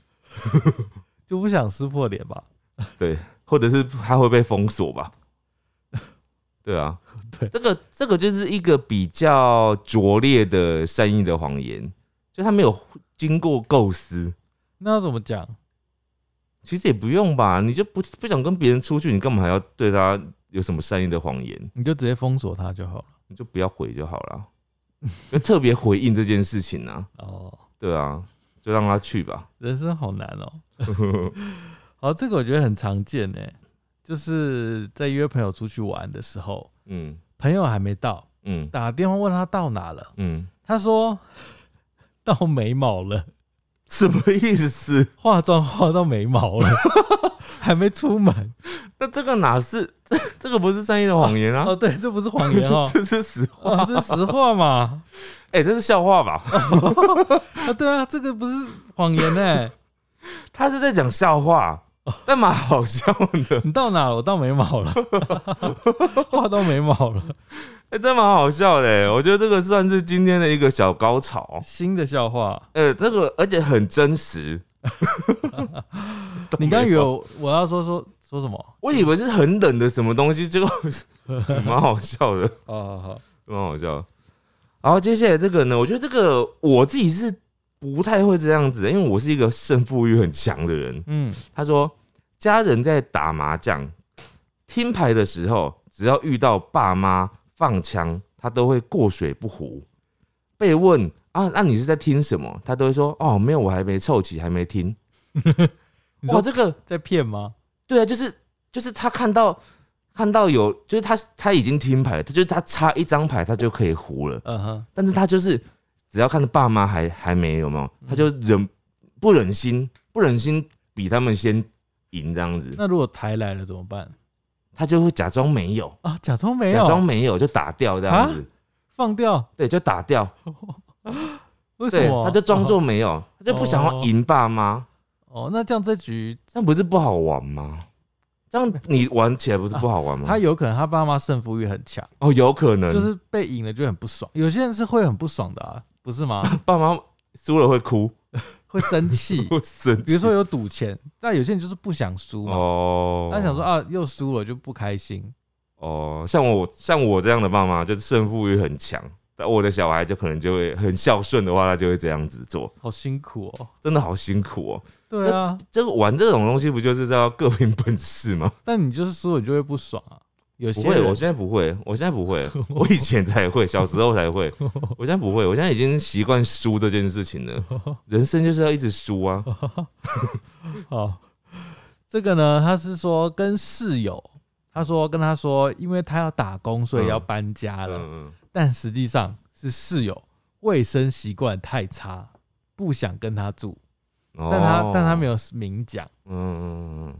A: 就不想撕破脸吧？
B: 或者是他会被封锁吧？ 对啊，
A: 对
B: 这个这个就是一个比较拙劣的善意的谎言，就他没有经过构思。
A: 那要怎么讲？
B: 其实也不用吧，你就不不想跟别人出去，你干嘛还要对他有什么善意的谎言？
A: 你就直接封锁他就好了。
B: 你就不要回就好了，就特别回应这件事情啊，
A: 哦，
B: 对啊，就让他去吧。
A: 人生好难 哦。好，这个我觉得很常见呢，就是在约朋友出去玩的时候，
B: 嗯
A: 朋友还没到，
B: 嗯
A: 打电话问他到哪了，
B: 嗯，
A: 他说到眉毛了，
B: 什么意思？
A: 化妆化到眉毛了， 还没出门。
B: 那这个哪是 这这个不是善意的谎言啊？，
A: 哦，对，这不是谎言 哦
B: 这是实话，
A: 哦，这是实话嘛？
B: 哎、这是笑话
A: 哦
B: 吧？
A: 啊，对啊，这个不是谎言呢。
B: 他是在讲笑话，
A: 哦
B: 但蛮好笑 的，
A: 你到哪了？我到眉毛了， 画到眉毛了。
B: 哎、真蛮好笑的、哎我觉得这个算是今天的一个小高潮，
A: 新的笑话。
B: 呃、这个而且很真实。
A: 你刚刚以为我我要说说说什么？
B: 我以为是很冷的什么东西，结果 蛮好笑的，
A: 哦，好好
B: 蛮好笑的。然后接下来这个呢，我觉得这个我自己是不太会这样子，因为我是一个胜负欲很强的人。
A: 嗯，
B: 他说，家人在打麻将、听牌的时候，只要遇到爸妈放枪，他都会过水不糊。被问啊，那你是在听什么？他都会说哦，没有，我还没凑齐，还没听。
A: 你
B: 哇，
A: 说
B: 这个
A: 在骗吗？
B: 对啊，就是就是他看到看到有，就是他他已经听牌了，他就是他差一张牌，他就可以胡了。
A: 嗯哼，
B: 但是他就是只要看到爸妈还还没有没有，
A: 嗯
B: 他就忍不忍心不忍心比他们先赢这样子。
A: 那如果台来了怎么办
B: 他就会假装没有，
A: 啊？假装没
B: 假装
A: 有，啊
B: 没有就打掉这样子，
A: 放掉？
B: 对，就打掉，
A: 为什
B: 对，
A: 么？
B: 他就装作没有，他就不想要赢爸妈，
A: 哦哦那这样这局
B: 这样不是不好玩吗？这样你玩起来不是不好玩吗？
A: 他有可能他爸妈胜负欲很强，
B: 哦，有可能
A: 就是被赢了就很不爽。有些人是会很不爽的啊，不是吗？
B: 爸妈输了会哭，
A: 会生气。
B: 会生气。
A: 比如说有赌钱，但有些人就是不想输嘛，
B: 哦，
A: 他想说啊又输了就不开心。
B: 哦，像我像我这样的爸妈就是胜负欲很强，但我的小孩就可能就会很孝顺的话，他就会这样子做，
A: 好辛苦哦，
B: 真的好辛苦哦。
A: 对啊，
B: 这个玩这种东西不就是叫各凭本事吗？
A: 但你就是输了就会不爽啊。有
B: 不
A: 些
B: 会，
A: 人
B: 我现在不会，我现在不 会，我以前才会，小时候才会，我现在不会，我现在已经习惯输这件事情 了。人生就是要一直输啊，
A: 好，哦这个呢，他是说跟室友，他说跟他说，因为他要打工，所以要搬家了，
B: 嗯，
A: 但实际上是室友卫生习惯太差，不想跟他住，
B: 但
A: 但他、但他没
B: 有，
A: 有明讲，
B: 哦嗯嗯嗯嗯，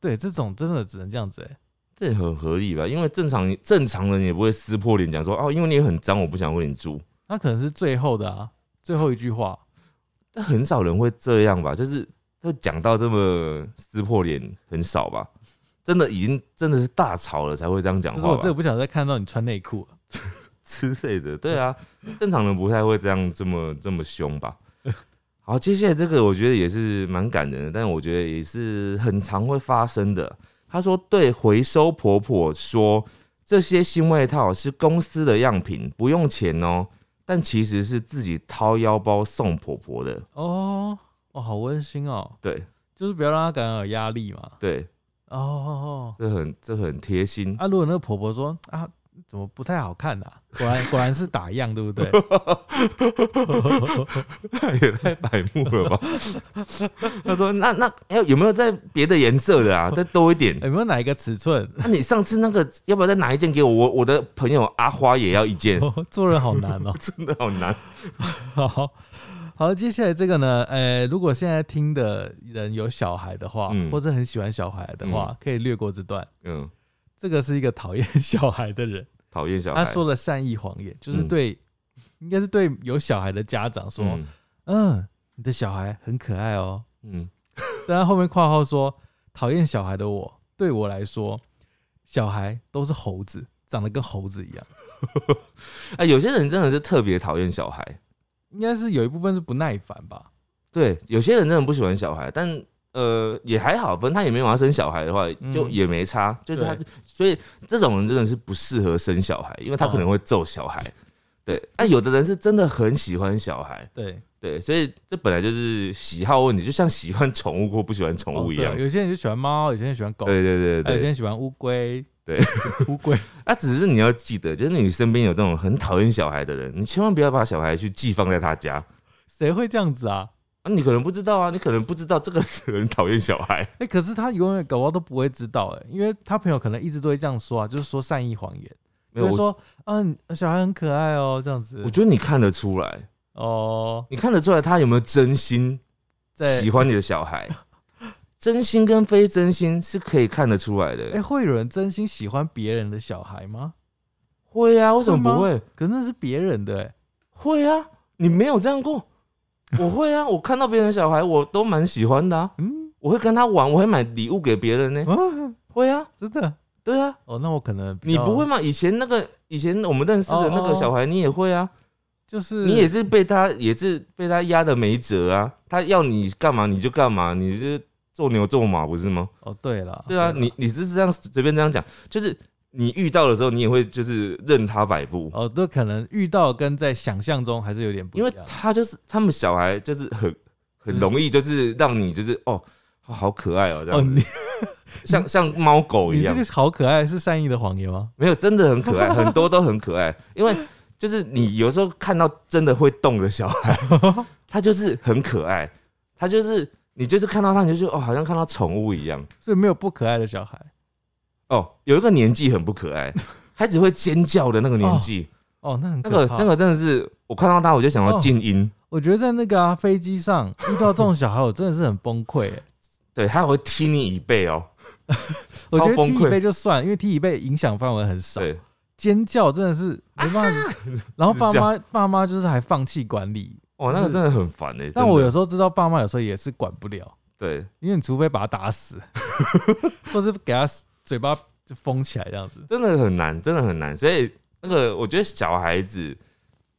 A: 对，这种真的只能这样子、欸，
B: 这很合理吧？因为正常正常人也不会撕破脸讲说哦，因为你很脏，我不想跟你住。
A: 他可能是最后的啊，最后一句话，
B: 但很少人会这样吧？就是就讲到这么撕破脸，很少吧？真的已经真的是大吵了才会这样讲
A: 就是
B: 话
A: 我真的
B: 吧？
A: 不想再看到你穿内裤了，
B: 之类的，对啊，正常人不太会这样这么这么凶吧？好，接下来这个我觉得也是蛮感人的，但我觉得也是很常会发生的。他说对回收婆婆说，这些新外套是公司的样品，不用钱哦，但其实是自己掏腰包送婆婆的。
A: 哦，哦，好温馨哦，
B: 对
A: 就是不要让他感到有压力嘛，
B: 对，
A: 哦哦
B: 这很这很贴心
A: 哦，。啊，如果那个婆婆说啊，怎么不太好看呐、果然果然是打样，对不 对？
B: 也太白目了吧？ 他说：“那那要有没有在别的颜色的啊？再多一点。
A: 有没有哪一个尺寸？
B: 那、你上次那个要不要再拿一件给我？我我的朋友阿花也要一件，
A: 做人好难哦、
B: 真的好难。
A: 好好，接下来这个呢，呃，如果现在听的人有小孩的话，
B: 嗯
A: 或者很喜欢小孩的话，可以略过这段。
B: 嗯，
A: 这个是一个讨厌小孩的人，
B: 讨厌小孩。
A: 他说了善意谎言，就是
B: 嗯
A: 对，应该是对有小孩的家长说，
B: 嗯
A: 嗯你的小孩很可爱哦、
B: 嗯，
A: 但他后面括号说，讨厌小孩的我，对我来说，小孩都是猴子，长得跟猴子一样。
B: 啊，有些人真的是特别讨厌小孩，
A: 应该是有一部分是不耐烦吧，
B: 对，有些人真的不喜欢小孩，但呃也还好，反正他也没有要生小孩的话，
A: 嗯
B: 就也没差，就是他
A: 对，
B: 所以这种人真的是不适合生小孩，因为他可能
A: 哦
B: 会揍小孩。对，啊，有的人是真的很喜欢小孩，
A: 对，
B: 对，所以这本来就是喜好问题，就像喜欢宠物或不喜欢宠
A: 哦
B: 物一
A: 对哎
B: 样。
A: 有些人就喜欢猫，有些人喜欢狗，
B: 对对对
A: 还有
B: 对
A: 些
B: 对，
A: 人喜欢乌龟，
B: 对，
A: 乌龟，
B: 啊，只是你要记得，就是你身边有这种很讨厌小孩的人，你千万不要把小孩去寄放在他家。
A: 谁会这样子啊？
B: 啊，你可能不知道啊，你可能不知道这个 人讨厌小孩。
A: 哎、可是他永远搞不好都不会知道哎、因为他朋友可能一直都会这样说啊，就是说善意谎言，
B: 没
A: 就
B: 有，
A: 是
B: 我
A: 说嗯、小孩很可爱哦、这样子
B: 我觉得你看得出来，
A: 哦，
B: 你看得出来他有没有真心
A: 在
B: 喜欢你的小孩， 真心跟非真心是可以看得出来
A: 哎、
B: 的。
A: 会有人真心喜欢别人的小孩吗？
B: 会啊，为什么不
A: 会
B: 会？
A: 可是那是别人的哎、
B: 会啊，你没有这样 过。我会啊，我看到别人的小孩，我都蛮喜欢的啊。
A: 嗯
B: 我会跟他玩，我会买礼物给别人呢、
A: 啊，
B: 会啊，
A: 真的
B: 对啊，
A: 哦，那我可能比
B: 你
A: 较
B: 不会吗？以前那个，以前我们认识的那
A: 哦哦哦
B: 个小孩，你也会啊。
A: 就是
B: 你也是被他，也是被他压的没辙啊！他要你干嘛你就干嘛，你就是做牛做马不是吗？
A: 哦，对了，
B: 对啊，
A: 啦
B: 你你是这样随便这样讲，就是你遇到的时候，你也会就是任他摆布，
A: 哦，都可能遇到跟在想象中还是有点不一
B: 因为
A: 样。
B: 他就是他们小孩就是很很容易就是让你就是哦哦好可爱哦这
A: 哦，
B: 样
A: 你
B: 子，像像猫狗一
A: 你这
B: 样
A: 个，好可爱，是善意的谎言吗？
B: 没有真的很可爱，很多都很可 爱，因为就是你有时候看到真的会动的 小孩，他就是很可爱，他就是你就是看到他你就觉得哦，好像看到宠物一样。
A: 所以没有不可爱的小孩。
B: 哦，有一个年纪很不 可爱，他只会尖叫的那个年纪，
A: 哦，那很
B: 那
A: 可
B: 个
A: 怕。哦
B: 那个真的是我看到他我就想要静音，
A: 我觉得在那个啊飞机上 遇到这种小孩，我真的是很崩 溃欸。
B: 对，他还会踢你椅背哦，
A: 我觉得
B: 崩
A: 踢椅
B: 溃
A: 背就算，因为踢椅背影响范围很少。
B: 对，啊
A: 尖叫真的是没办法。 然后 爸
B: 这
A: 妈爸妈就是还放弃管理，
B: 哦，那个真的很烦哎、
A: 但我
B: 真
A: 有
B: 的
A: 时候知道爸妈有时候也是管不了，
B: 对
A: 因为你除非把他打死， 或是给他嘴巴就封起来这样子。
B: 真的很难，真的很难，所以那个我觉得小孩子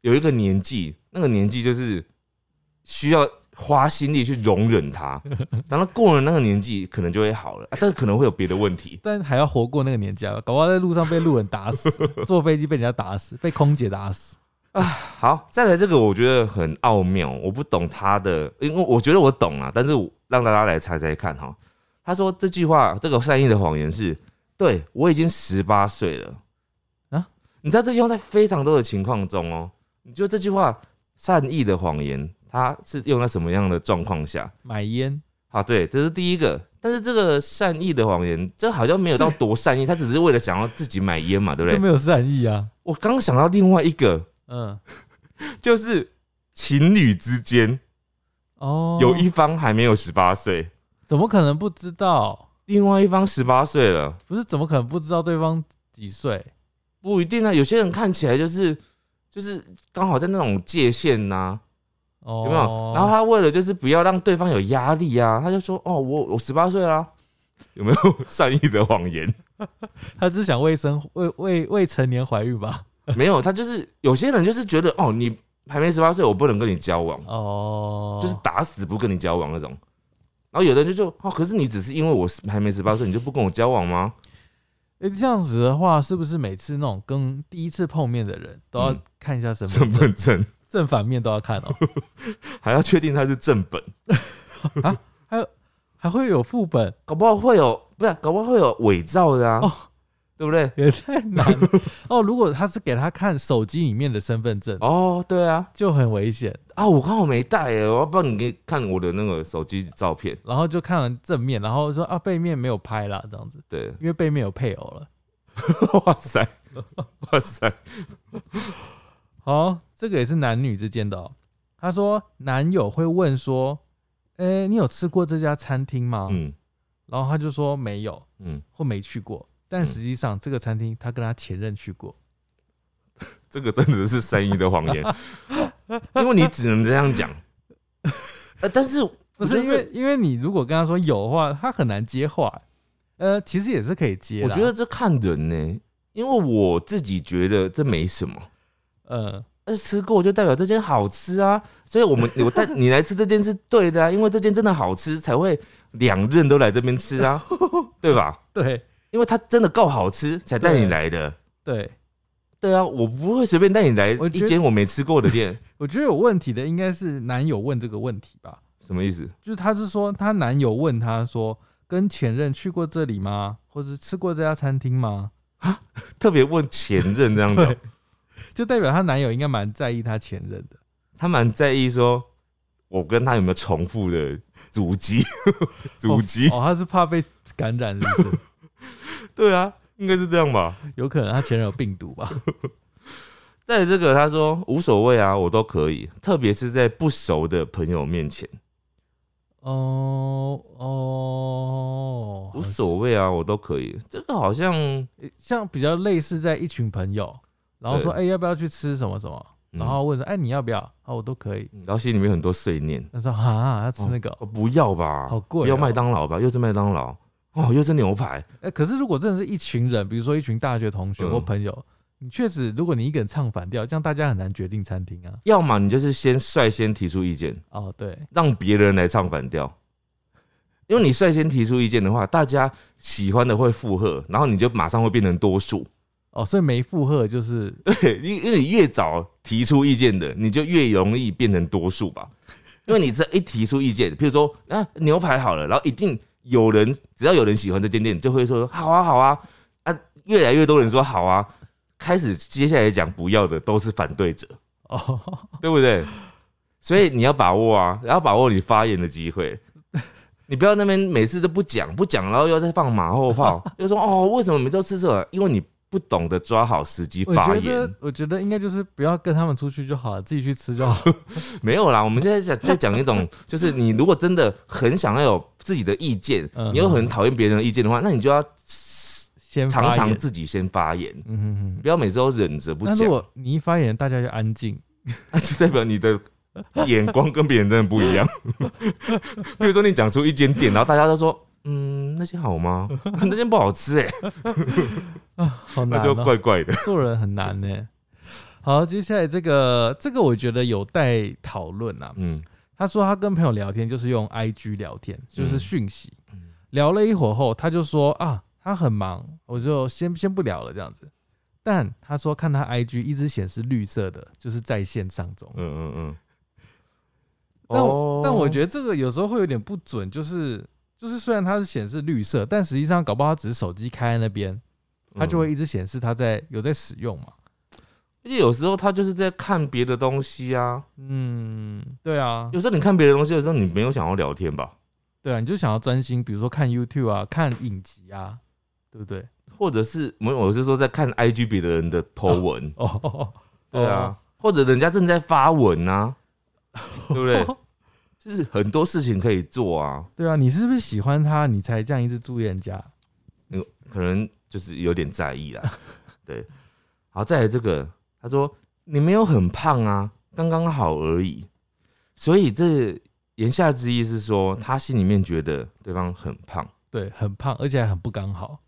B: 有一个年纪，那个年纪就是需要花心力去容忍他， 然后过了那个年纪可能就会好了，啊但是可能会有别的问题。
A: 但还要活过那个年假吧，搞不好在路上被路人打死， 坐飞机被人家打死，被空姐打死。
B: 好，再来这个我觉得很奥妙，我不懂他的，因为我觉得我懂啊，但是我让大家来猜猜看哈。他说这句话，这个善意的谎言是：对我已经十八岁了
A: 啊
B: 啊！你知道这句话在非常多的情况中哦，你觉得这句话善意的谎言，它是用在什么样的状况下？
A: 买烟，
B: 好，对，这是第一个。但是这个善意的谎言，这好像没有到多善意，他只是为了想要自己买烟嘛，对不
A: 这
B: 对？
A: 没有善意啊。
B: 我刚想到另外一个，
A: 嗯，
B: 就是情侣之间
A: 哦，
B: 有一方还没有十八岁，
A: 怎么可能不知道？
B: 另外一方十八岁了，
A: 不是怎么可能不知道对方几岁？
B: 不一定啊。有些人看起来就是就是刚好在那种界限呐、
A: 哦，
B: 有没有？然后他为了就是不要让对方有压力啊，他就说：“哦，我我十八岁啦。”有没有 善意的 谎言？
A: 他他只想未生未未未成年怀孕吧？
B: 没有，他就是有些人就是觉得哦，你还没十八岁，我不能跟你交往，
A: 哦，
B: 就是打死不跟你交往那种。然后有的人就说：“哦，可是你只是因为我还没十八岁，你就不跟我交往吗
A: 诶这样子的话，是不是每次那种跟第一次碰面的人都要
B: 嗯
A: 看一下？”身 份
B: 身
A: 证，
B: 份证
A: 正反面都要看哦？
B: 还要确定他是正本。
A: 还会有副本
B: 搞不好会有不是，搞不好会有伪造的啊，
A: 哦
B: 对不对？
A: 也太难 了哦。如果他是给他看手机里面的身份证，
B: 哦，对啊，
A: 就很危险。
B: 啊，我刚好没带耶，我要帮你给看我的那个手机照片，
A: 然后就看完正面，然后说啊背面没有拍啦，这样子，
B: 对，
A: 因为背面有配偶了。
B: 哇塞，哇塞，
A: 好、哦这个也是男女之间的哦。他说男友会问说，呃、你有吃过这家餐厅吗？
B: 嗯
A: 然后他就说没有
B: 嗯，
A: 或没去过，但实际上这个餐厅他跟他前任去过。
B: 这个真的是善意的谎言， 因为你只能这样讲。呃，但是
A: 不
B: 不
A: 是因为，因为你如果跟他说有的话，他很难接话。呃，其实也是可以接
B: 我
A: 啦。
B: 觉得这看人呢、因为我自己觉得这没什么。
A: 呃，
B: 但是哎吃过就代表这间好吃啊，所以我们我带你来吃这间是对的啊，因为这间真的好吃，才会两任都来这边吃啊，对吧？
A: 对
B: 因为它真的够好吃，才带你来的。
A: 对，
B: 对啊，我不会随便带你来
A: 我觉
B: 一
A: 得
B: 间我没吃过的店，
A: 我觉得有问题的应该是男友问这个问题吧，
B: 什么意思？
A: 就是他是说他男友问他说跟前任去过这里吗，或者吃过这家餐厅吗？
B: 特别问前任这样子哦
A: 对，就代表她男友应该蛮在意她前任的。
B: 他蛮在意说我跟他有没有重复的足迹， 足迹，
A: 哦，他是怕被感染，是不 是？
B: 对啊，应该是这样吧。
A: 有可能他前任有病毒吧？
B: 在这个他说无所谓啊，我都可以，特别是在不熟的朋友面前。
A: 哦哦，
B: 无所谓啊，我都可以。这个好像，嗯
A: 像比较类似在一群朋友，然后说哎、
B: 对嗯
A: 要不要去吃什么什么，然后问说哎、你要不要啊我都可以。
B: 嗯然后心里面很多碎念，
A: 他说啊要吃那个哦，
B: 哦、不要吧，
A: 好贵哦
B: 不要麦当劳吧，又是麦当劳，哦，又是牛排，
A: 哎、可是如果真的是一群人，比如说一群大学同学
B: 嗯
A: 或朋友，你确实如果你一个人唱反调，这样大家很难决定餐厅啊。
B: 要么你就是先率先提出意见，
A: 哦，对，
B: 让别人来唱反调。因为你率先提出意见的话，大家喜欢的会附和，然后你就马上会变成多数。
A: 哦，所以没附和就是
B: 对，因因为你越早提出意见的，你就越容易变成多数吧。因为你这一提出意见，譬如说啊牛排好了，然后一定有人只要有人喜欢这间店，就会说好啊好啊啊，越来越多人说好啊，开始接下来讲不要的都是反对者，
A: 哦，
B: 对不对？所以你要把握啊，然后把握你发言的机会。你不要那边每次都不讲不讲，然后又在放马后炮，就说哦，为什么每次都吃这个？因为你不懂得抓好时机
A: 我
B: 发
A: 觉
B: 言
A: 得。我觉得应该就是不要跟他们出去就好了，自己去吃就 好了。
B: 没有啦，我们现在讲在 讲一种，就是你如果真的很想要有自己的意见，
A: 嗯
B: 你又很讨厌别人的意见的话，那你就要
A: 先发
B: 常
A: 言
B: 常自己先发言，
A: 嗯哼哼。
B: 不要每次都忍着不
A: 那如
B: 讲，
A: 果你一发言，大家就安静。
B: 那就代表你的眼光跟别人真的不一 样。比如说你讲出一间店，然后大家都说。嗯，那间 好吗？那间不好吃哎、
A: 好
B: 那
A: 难、
B: 就
A: 哦，
B: 怪怪的。
A: 做人很难呢。好，接下来这个这个我觉得有待讨论啊。
B: 嗯，
A: 他说他跟朋友聊天就是用 IG 聊天，就是
B: 嗯
A: 讯息。聊了一会儿后，他就说啊，他很忙，我就先先不聊了这样子。但他说看他 IG 一直显示绿色的，就是在线上中
B: 嗯。嗯嗯。
A: 但我、
B: 哦
A: 但我觉得这个有时候会有点不准，就是就是虽然它是显示绿色，但实际上搞不好他只是手机开在那边，它就
B: 嗯
A: 会一直显示他在有在使用嘛。
B: 而且有时候他就是在看别的东西啊。
A: 嗯，对啊，
B: 有时候你看别的东西的时候，你没有想要聊天吧？
A: 对啊，你就想要专心，比如说看 YouTube 啊，看影集啊，对不对？
B: 或者是我我是说在看 IG 别的人的 po 文，
A: 哦， 哦
B: 对啊，，或者人家正在发文 啊，对不对？就是很多事情可以做啊，
A: 对啊，你是不是喜欢他，你才这样一直注意人家？
B: 可能就是有点在 意啦。对，好，再来这个，他说你没有很胖啊，刚刚好而已，所以这言下之意是说，他心里面觉得对方很胖。
A: 对，很胖，而且还很不刚好。，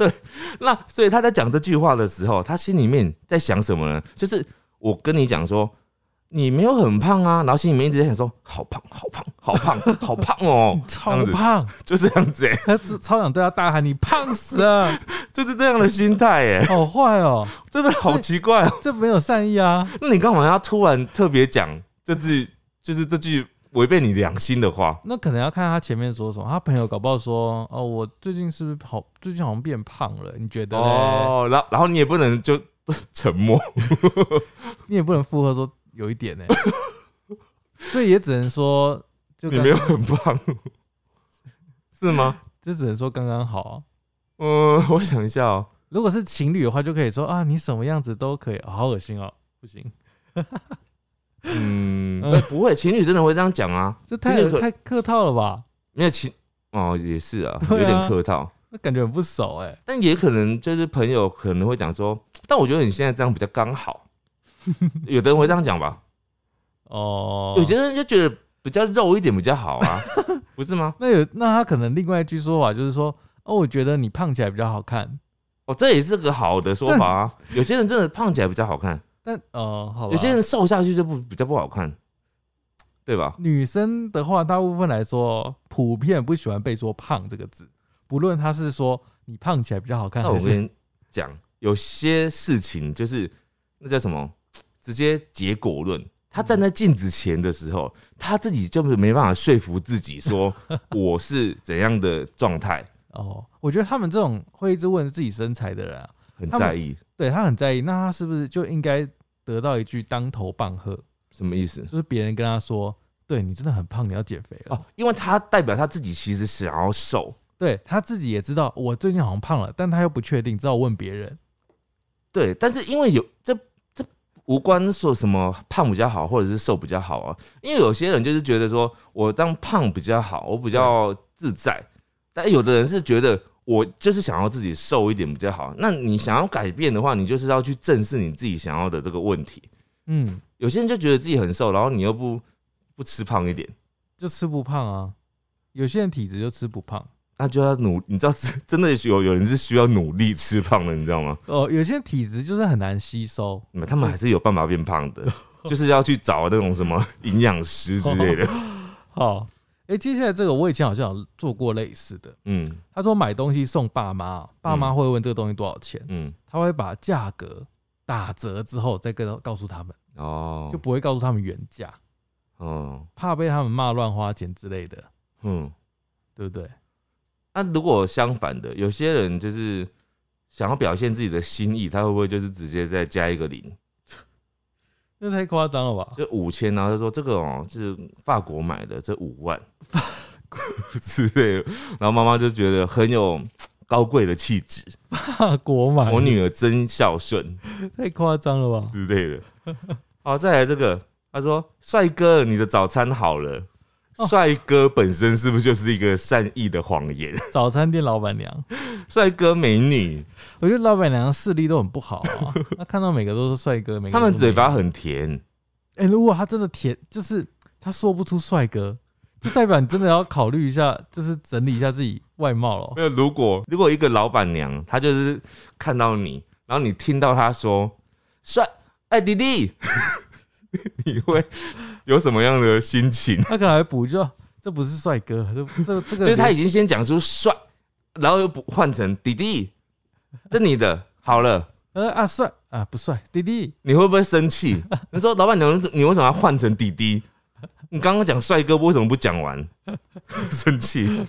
B: 那所以他在讲这句话的时候，他心里面在想什么呢？就是我跟你讲说，你没有很胖啊，然后心里面一直在想说，好胖，好胖，好胖， 好胖哦这
A: 超
B: 样子，
A: 胖，
B: 就这样子、欸，
A: 他只 超想对他大喊：“你胖死了，
B: 就是这样的心态、欸，
A: 好坏哦，
B: 真的好奇怪哦、
A: 这没有善意啊。”
B: 那你干嘛要突然特别讲这句，就是这句违背你良心的话，
A: 那可能要看他前面说什么。他朋友搞不好说：“哦，我最近是不是好？最近好像变胖了？你觉得嘞？”
B: 哦，然后然后你也不能就沉默，
A: 你也不能附和说有一点 呢、所以也只能说就
B: 你
A: 刚
B: 没有很棒， 是吗？
A: 就只能说刚刚好啊、
B: 嗯，我想一下哦，
A: 如果是情侣的话，就可以说啊，你什么样子都可以，哦好恶心哦，不行，
B: 嗯，
A: 嗯
B: 哎不会，情侣真的会这样讲啊？
A: 这太
B: 真的可
A: 太客套了吧？
B: 没有情哦，也是啊，
A: 对
B: 有
A: 啊
B: 点客套。
A: 那感觉很不熟哎、
B: 但也可能就是朋友可能会讲说，但我觉得你现在这样比较 刚好。有的人会这样讲吧，
A: 哦，
B: 有些人就觉得比较肉一点比较好 啊，不是吗？
A: 那有那他可能另外一句说法就是说，哦，我觉得你胖起来比较好看，
B: 哦，这也是个好的说法啊。有些人真的胖起来比较好看，
A: 但呃，好吧，
B: 有些人瘦下去就不比较不好看，对吧？
A: 女生的话，大部分来说普遍不喜欢被说胖这个字，不论他是说你胖起来比较好看，
B: 那我
A: 还是
B: 跟你讲，有些事情就是那叫什么，直接结果论。他站在镜子前的时候，他自己就是没办法说服自 己说我是怎样的状态，
A: 哦，我觉得他们这种会一直问自己身材的人啊，
B: 很
A: 他们
B: 在意。
A: 对他很在意，那他是不是就应该得到一句当头棒喝？
B: 什么意思？
A: 就是别人跟他说，对你真的很胖，你要减肥了。
B: 哦，因为他代表他自己其实想要瘦，
A: 对他自己也知道，我最近好像胖了，但他又不确定，只好问别人。
B: 对，但是因为有这这无关说什么胖比较好，或者是瘦比较好啊，因为有些人就是觉得说我当胖比较好，我比较自在，但有的人是觉得我就是想要自己瘦一点比较好。那你想要改变的话，你就是要去正视你自己想要的这个问题。
A: 嗯，
B: 有些人就觉得自己很瘦，然后你又不不吃胖一点，
A: 就吃不胖啊。有些人体质就吃不胖，
B: 那就要努，你知道真真的有有人是需要努力吃胖的，你知道吗？
A: 哦，有些人体质就是很难吸收。
B: 没有他们还是有办法变胖的，就是要去找那种什么营养师之类的。哦
A: 好，哎、接下来这个我以前好像有做过类似的。
B: 嗯
A: 他说买东西送爸妈，爸妈会问这个东西多少钱，
B: 嗯，
A: 他会把价格打折之后再跟告诉他们，
B: 哦
A: 就，不会告诉他们原价，
B: 哦，
A: 怕被他们骂乱花钱之类的，
B: 嗯。
A: 对不对？
B: 那、如果相反的，有些人就是想要表现自己的心意，他会不会就是直接再加一个零，
A: 那太夸张了 吧？
B: 就五千，然后他说这个哦、是法国买的，这五 万之类的，然后妈妈就觉得很有高贵的气质，
A: 法国买，
B: 我女儿真孝顺。
A: 太夸张了吧？
B: 之类的。 好，再来这个，他说：“帅哥，你的早餐好了。”
A: 哦
B: 帅哥本身是不是就是一个善意的谎言？
A: 早餐店老板娘，
B: 帅哥美女，
A: 我觉得老板娘视力都很不好 啊。她看到每个都是帅哥，每个
B: 他
A: 都
B: 们
A: 是
B: 嘴
A: 美
B: 巴
A: 女，
B: 很甜，
A: 哎、如果她真的甜，就是她说不出帅哥，就代表你真的要考虑一下，就是整理一下自己外貌了。
B: 没有，如果如果一个老板娘，她就是看到你，然后你听到她说“帅”，哎，弟弟， 你会有什么样的心情？
A: 她可能还补一句啊，这不是帅哥，这这这个
B: 就是她已
A: 连
B: 经先讲出“帅”，然后又不换成“弟弟”，这你的好了。
A: 呃啊帅啊不帅，弟弟
B: 你会不会生气？你说老板娘，你为什么要换成弟弟？你刚刚讲帅哥，为什么不讲完？生气，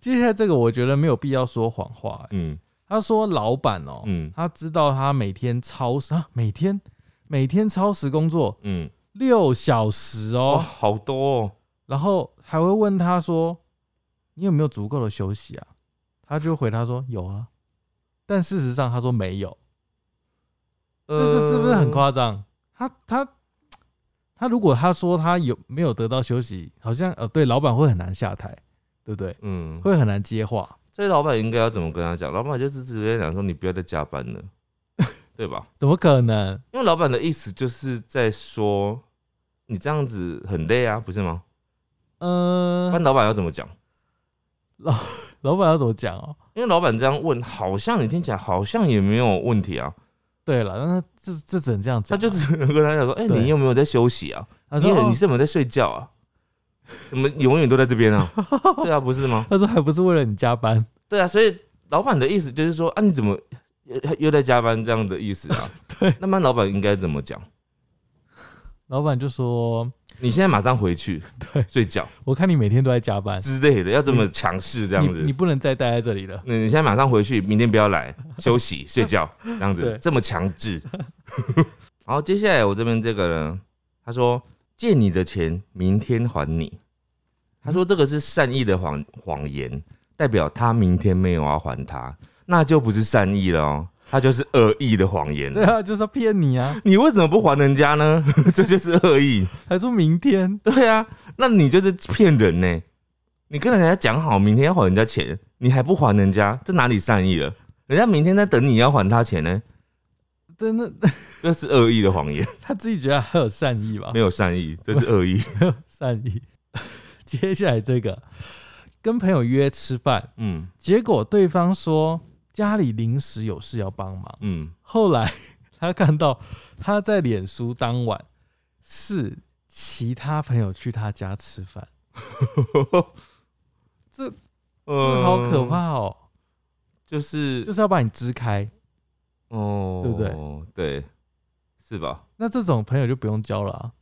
A: 接下来这个我觉得没有必要说谎话、欸
B: 嗯
A: 他说老板哦、
B: 嗯
A: 他知道他每天超时啊，每天每天超时工作
B: 嗯，
A: 六小时
B: 哦，
A: 哦，
B: 好多哦，
A: 然后还会问他说：“你有没有足够的休息啊？”他就回他说：“有啊。”但事实上他说没有，这个是不是很
B: 呃？
A: 夸张？他他他如果他说他有没有得到休息，好像呃对老板会很难下台，对不对？
B: 嗯，
A: 会很难接话。
B: 所以老板应该要怎么跟他讲？老板就是直接讲说你不要再加 班了，对吧？
A: 怎么可能？
B: 因为老板的意思就是在说你这样子很累啊，不是吗？
A: 呃
B: 那，老板要怎么讲？
A: 老板要怎么讲哦？
B: 因为老板这样问，好像你听起来好像也没有问题啊，
A: 对了，那这这只能这样
B: 他
A: 讲啊。
B: 就只能跟他讲说，哎、
A: 对
B: 你有没有在休息啊？
A: 他
B: 你
A: 说
B: 很
A: 哦
B: 你是有没有在睡觉啊？怎么永远都在这边啊？对啊，不是吗？
A: 他说还不是为了你加班，
B: 对啊，所以老板的意思就是说啊，你怎么又又在加班这样的意思啊？
A: 对，
B: 那么老板应该怎么讲？
A: 老板就说
B: 你现在马上回去
A: 对
B: 睡觉
A: 我看你每天都在加班，
B: 之类的，要这么强势这样
A: 你
B: 子
A: 你。不能再待在这里了。
B: 那你现在马上回去，明天不 要来，休息睡觉，这样子
A: 对
B: 这么强制。 好，接下来我这边这个呢，他说借你的钱，明天还你。他说这个是善意的谎谎言，代表他明天没有要还他，那就不是善意了哦，他就是恶意的谎 言。
A: 对啊，就是要骗你啊！
B: 你为什么不还人家呢？ 这就是恶意。
A: 还说明天，
B: 对啊，那你就是骗人呢、你跟人家讲好明天要还人家钱，你还不还人家，这哪里善意了？人家明天在等你要还他钱呢，
A: 真的
B: 这是恶意的谎言，
A: 他自己觉得还有善意吧？
B: 没有善意，这是恶 意。
A: 善意。 接下来这个，跟朋友约吃饭，
B: 嗯
A: 结果对方说家里临时有事要帮忙。
B: 嗯，
A: 后来 他看到他在脸书当晚是其他朋友去他家吃饭，这这好可
B: 嗯，
A: 怕哦！
B: 就是
A: 就是要把你支开。
B: 哦，
A: 对不
B: 对？对，是吧？
A: 那这种朋友就不用交了啊。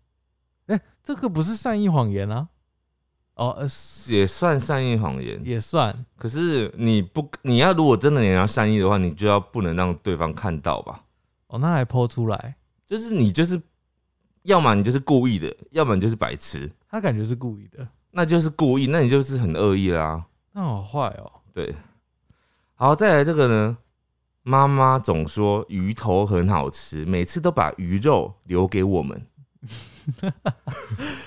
A: 哎、这个不是善意谎言啊。哦，呃、是
B: 也算善意谎言，
A: 也算，
B: 可是你不，你要如果真的你要善意的话，你就要不能让对方看到吧？
A: 哦，那还剖出来，
B: 就是你就是，要么你就是故意的，要么你就是白痴。
A: 他感觉是故意的，
B: 那就是故意，那你就是很恶意啦。
A: 那好坏哦。
B: 对，好，再来这个呢，妈妈总说鱼头很好吃，每次都把鱼肉留给我们，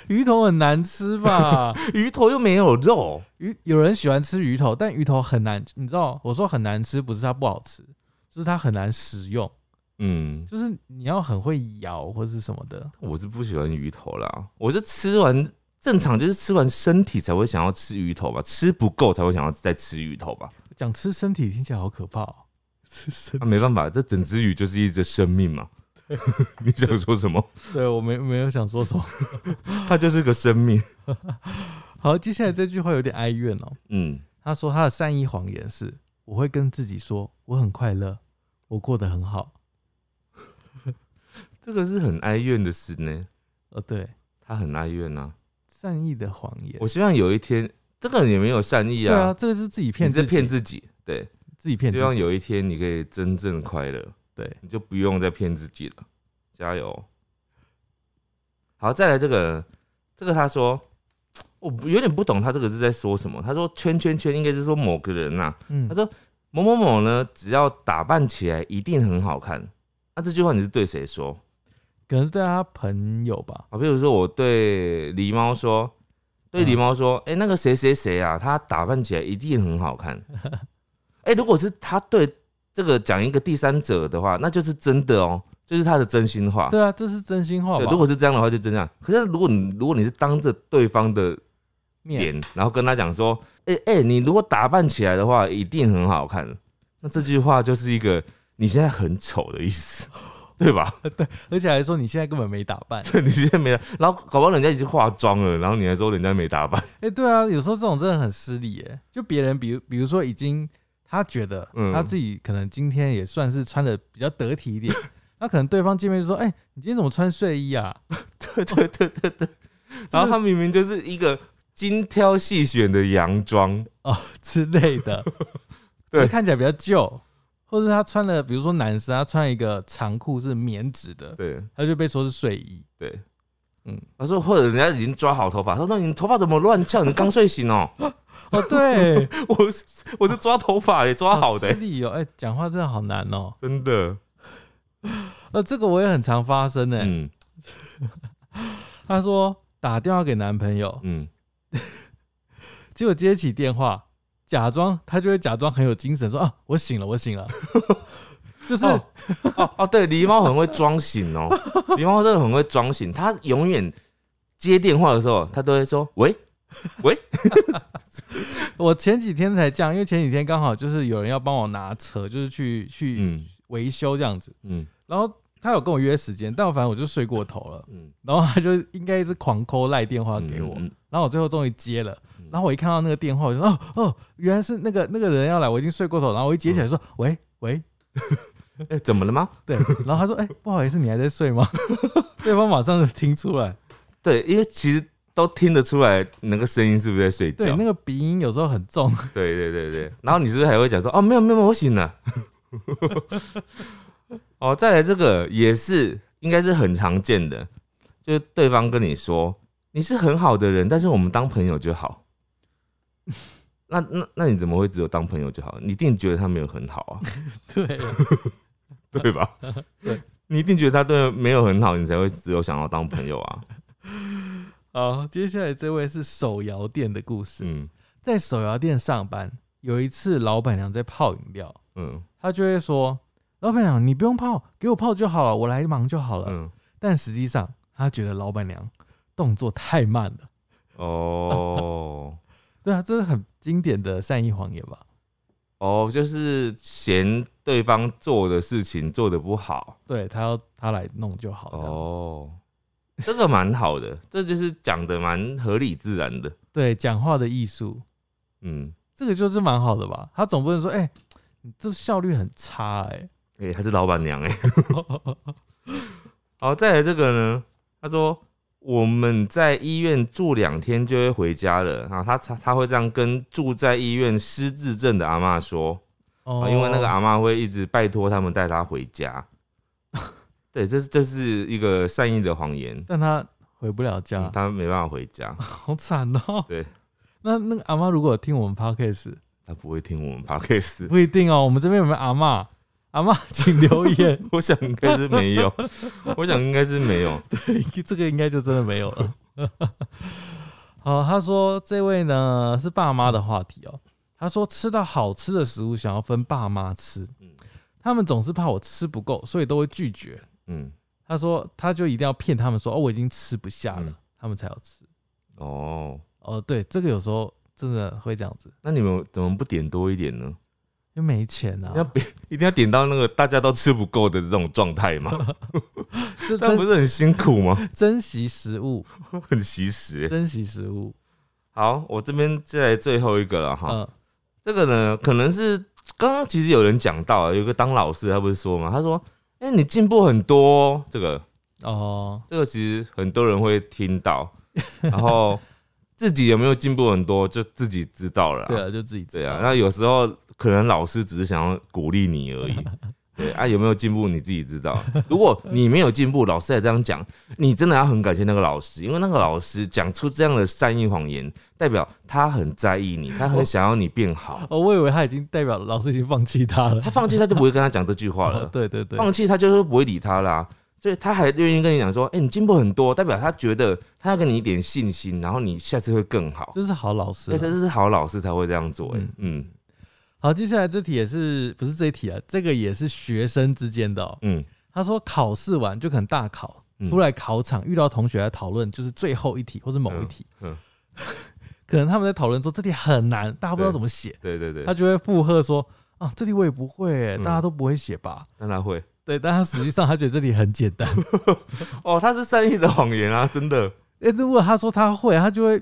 A: 鱼头很难吃吧？
B: 鱼头又没有肉，
A: 鱼有人喜欢吃鱼头，但鱼头很难，你知道，我说很难吃，不是它不好吃，就是它很难食用，
B: 嗯，
A: 就是你要很会咬或是什么的。
B: 我是不喜欢鱼头啦，我是吃完正常就是吃完身体才会想要吃鱼头吧，吃不够才会想要再吃鱼头吧，啊
A: 讲吃身体听起来好可怕、哦，吃身
B: 那、没办法，这整只鱼就是一只生命嘛。 你想说什么？
A: 对我没没有想说什么。
B: 它就是个生命。
A: 好，接下来这句话有点哀怨哦。
B: 嗯，
A: 他说他的善意谎言是：我会跟自己说我很快乐，我过得很好。
B: 这个是很哀怨的事呢。
A: 呃，对，
B: 他很哀怨啊。
A: 善意的谎言。
B: 我希望有一天，这个也没有善意
A: 对啊，
B: 啊，
A: 这个是自己
B: 你
A: 骗自
B: 在
A: 己，
B: 骗自己。对，
A: 自己骗自
B: 希
A: 己。
B: 望有一天你可以真正快乐，
A: 对，
B: 你就不用再骗自己了，加油！好，再来这个，这个他说，我不有点不懂他这个是在说什么。他说圈圈圈应该是说某个人呐、
A: 嗯
B: 他，说某某某呢，只要打扮起来一定很好看。那、这句话你是对谁说？
A: 可能是对他朋友吧。
B: 啊，比如说我对狸猫说，对狸猫说，哎、那个谁谁谁啊，他打扮起来一定很好看。哎、如果是他对这个讲一个第三者的话，那就是真的哦，就是他的真心话。
A: 对啊，这是真心话吧
B: 对，？如果是这样的话，就真这样。可是如果你如果你是当着对方的
A: 面
B: 脸，然后跟他讲说，哎、哎、你如果打扮起来的话，一定很好看。那这句话就是一个你现在很丑的意思， 对吧？
A: 而且还说你现在根本没打扮。
B: 你现在没，然后搞不好人家已经化妆了，然后你还说人家没打扮。
A: 哎、对啊，有时候这种真的很失礼耶。就别人，比如比如说已经他觉得
B: 嗯
A: 他自己可能今天也算是穿的比较得体一 点，那可能对方见面就说：“哎、你今天怎么穿睡衣啊
B: 对对对对对。然后他明明就是一个精挑细选的洋装，？”
A: 之类的，
B: 对
A: 只是看起来比较旧，或者他穿了，比如说男生他穿一个长裤是棉质的，
B: 对
A: 他就被说是睡 衣。
B: 对，嗯
A: 嗯。
B: 他说或者人家已经抓好头发，他说你头发怎么乱翘？你刚睡醒哦、
A: 哦，对，
B: 我是我是抓头发也抓好的、
A: 失礼哦。哎、讲话真的好难哦。
B: 真的。
A: 呃，这个我也很常发生呢、
B: 嗯
A: 他说打电话给男朋友，
B: 嗯，
A: 结果接起电话，假装他就会假装很有精神，说啊，我醒了，我醒 了，就是、
B: 哦哦哦，对，狸猫很会装醒 哦、狸猫真的很会装醒，它永远接电话的时候，它都会说喂喂，
A: 我前几天才这样，因为前几天刚好就是有人要帮我拿车，就是去去
B: 嗯
A: 维修这样子，
B: 嗯
A: 然后他有跟我约时间，但我反正我就睡过头了，
B: 嗯，
A: 然后他就应该一直狂扣赖电话给我，
B: 嗯嗯
A: 然后我最后终于接了
B: 嗯，
A: 然后我一看到那个电话，我就说哦哦，原来是那个那个人要来，我已经睡过头，然后我一接起来说、
B: 嗯
A: 喂喂，
B: 哎、怎么了吗？
A: 对，然后他说哎、不好意思，你还在睡吗？对方马上就听出来。
B: 对，因为其实都听得出来那个声音是不是在睡
A: 对，
B: 觉
A: 那。个鼻音有时候很 重，
B: 对对对对，然后你是不是还会讲说哦没有没有没有我醒了。 哦，再来这个也是应该是很常见的，就是对方跟你说你是很好的人，但是我们当朋友就好。 那那那你怎么会只有当朋友就好？你一定觉得他没有很好啊，
A: 对，
B: 对吧？
A: 对，
B: 你一定觉得他对没有很好，你才会只有想要当朋友啊。
A: 好，接下来这位是手摇店的故事。
B: 嗯
A: 在手摇店上班，有一次老板娘在泡饮料，
B: 嗯
A: 她就会说：“老板娘，你不用泡，给我泡就好了，我来忙就好了。
B: 嗯，
A: 但实际上，她觉得老板娘动作太慢了。
B: 哦
A: 对啊，这是很经典的善意谎言吧？
B: 哦，就是嫌对方做的事情做的不好，
A: 对她要她来弄就好。哦，
B: 哦，这个蛮好的， 这就是讲的蛮合理自然的。
A: 对，讲话的艺术，
B: 嗯，
A: 这个就是蛮好的吧？她总不能说：“哎、你这效率很差哎、
B: 哎、还是老板娘哎、 好，再来这个呢，他说我们在医院住两天就会回家了啊，他他他会这样跟住在医院失智症的阿嬷说、
A: 哦
B: 啊，因为那个阿嬷会一直拜托他们带她回 家。对，这是这是一个善意的谎言，
A: 但她回不了家，
B: 嗯他没办法回家，
A: 好惨哦、
B: 对，
A: 那那个阿妈如果有听我们 podcast，
B: 他不会听我们 podcast。
A: 不一定哦。我们这边有没有阿妈？阿妈，请留言。
B: 我想应该是没有，我想应该是没有。
A: 对，这个应该就真的没有了。好，他说这位呢是爸妈的话题哦。他说吃到好吃的食物想要分爸妈吃
B: 嗯，
A: 他们总是怕我吃不够，所以都会拒绝。
B: 嗯，
A: 他说他就一定要骗他们说哦我已经吃不下了，
B: 嗯
A: 他们才要吃。
B: 哦，
A: 哦，对，这个有时候真的会这样子，
B: 那你们怎么不点多一点呢？
A: 因为没钱啊
B: 要，不一定要点到那个大家都吃不够的这种状态吗？
A: 就
B: 这样不
A: 珍
B: 是很辛苦吗？
A: 珍惜食物，
B: 很其实欸。
A: 珍惜食物。
B: 好，我这边再来最后一个了哈。
A: 嗯，
B: 这个呢，可能是刚刚其实有人讲到啊，有个当老师他不是说嘛，他说：“哎、你进步很多、哦。”这个
A: 哦，
B: 这个其实很多人会听到，然后自己有没有进步很多，就自己知道了啊。
A: 对啊，就自己知
B: 对
A: 道
B: 啊，那有时候可能老师只是想要鼓励你而已。对啊，有没有进步你自己知道。如果你没有进步，老师还这样讲，你真的要很感谢那个老师，因为那个老师讲出这样的善意谎言，代表他很在意你，他很想要你变好。
A: 哦，我以为他已经代表老师已经放弃他了。
B: 他放弃他就不会跟他讲这句话
A: 哦
B: 了，
A: 对对对，
B: 放弃他就是不会理他啦。所以他还愿意跟你讲说，哎、你进步很多，代表他觉得他要给你一点信心，然后你下次会更好。
A: 这是好老师
B: 所以
A: 啊。
B: 这是好老师才会这样做、哎
A: 嗯，
B: 嗯
A: 好，接下来这题也是不是这一题啊？这个也是学生之间的、哦。
B: 嗯，
A: 他说考试完就可能大考，
B: 嗯
A: 出来考场遇到同学来讨论，就是最后一题或是某一题，
B: 嗯嗯
A: 可能他们在讨论说这题很难，大家不知道
B: 对
A: 怎么写，
B: 对对对
A: 他，就会附和说啊，这题我也不会耶，
B: 嗯
A: 大家都不会写吧？
B: 但他会。
A: 对，但他实际上他觉得这题很简单。
B: 哦，他是善意的谎言啊，真的
A: 哎、如果他说他会，他就会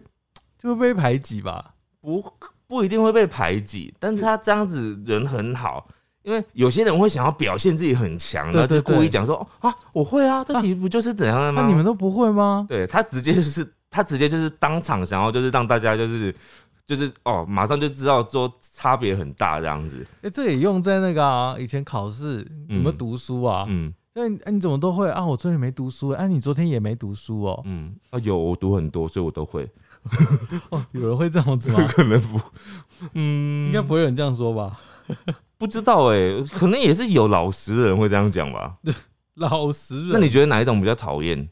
A: 就会被排挤吧？
B: 不不一定会被排挤，但是他这样子人很好，因为有些人会想要表现自己很强，
A: 对
B: 然后
A: 对
B: 就
A: 对
B: 故意讲说哦啊，我会啊，这题不就是怎样的吗？
A: 那你们都不会 吗？
B: 对他直接就是他直接就是当场想要就是让大家就是就是哦，马上就知道说差别很大这样子，
A: 哎、这也用在那个啊，以前考试有没有读书啊？
B: 嗯
A: 那、你哎你怎么都会啊？我昨天没读书，哎、你昨天也没读书哦。
B: 嗯，啊有我读很多，所以我都会，
A: 哦，有人会这样子吗？
B: 可能不，嗯，
A: 应该不会有人这样说吧？
B: 不知道哎、可能也是有老实的人会这样讲吧。
A: 老实人，
B: 那你觉得哪一种比较讨厌？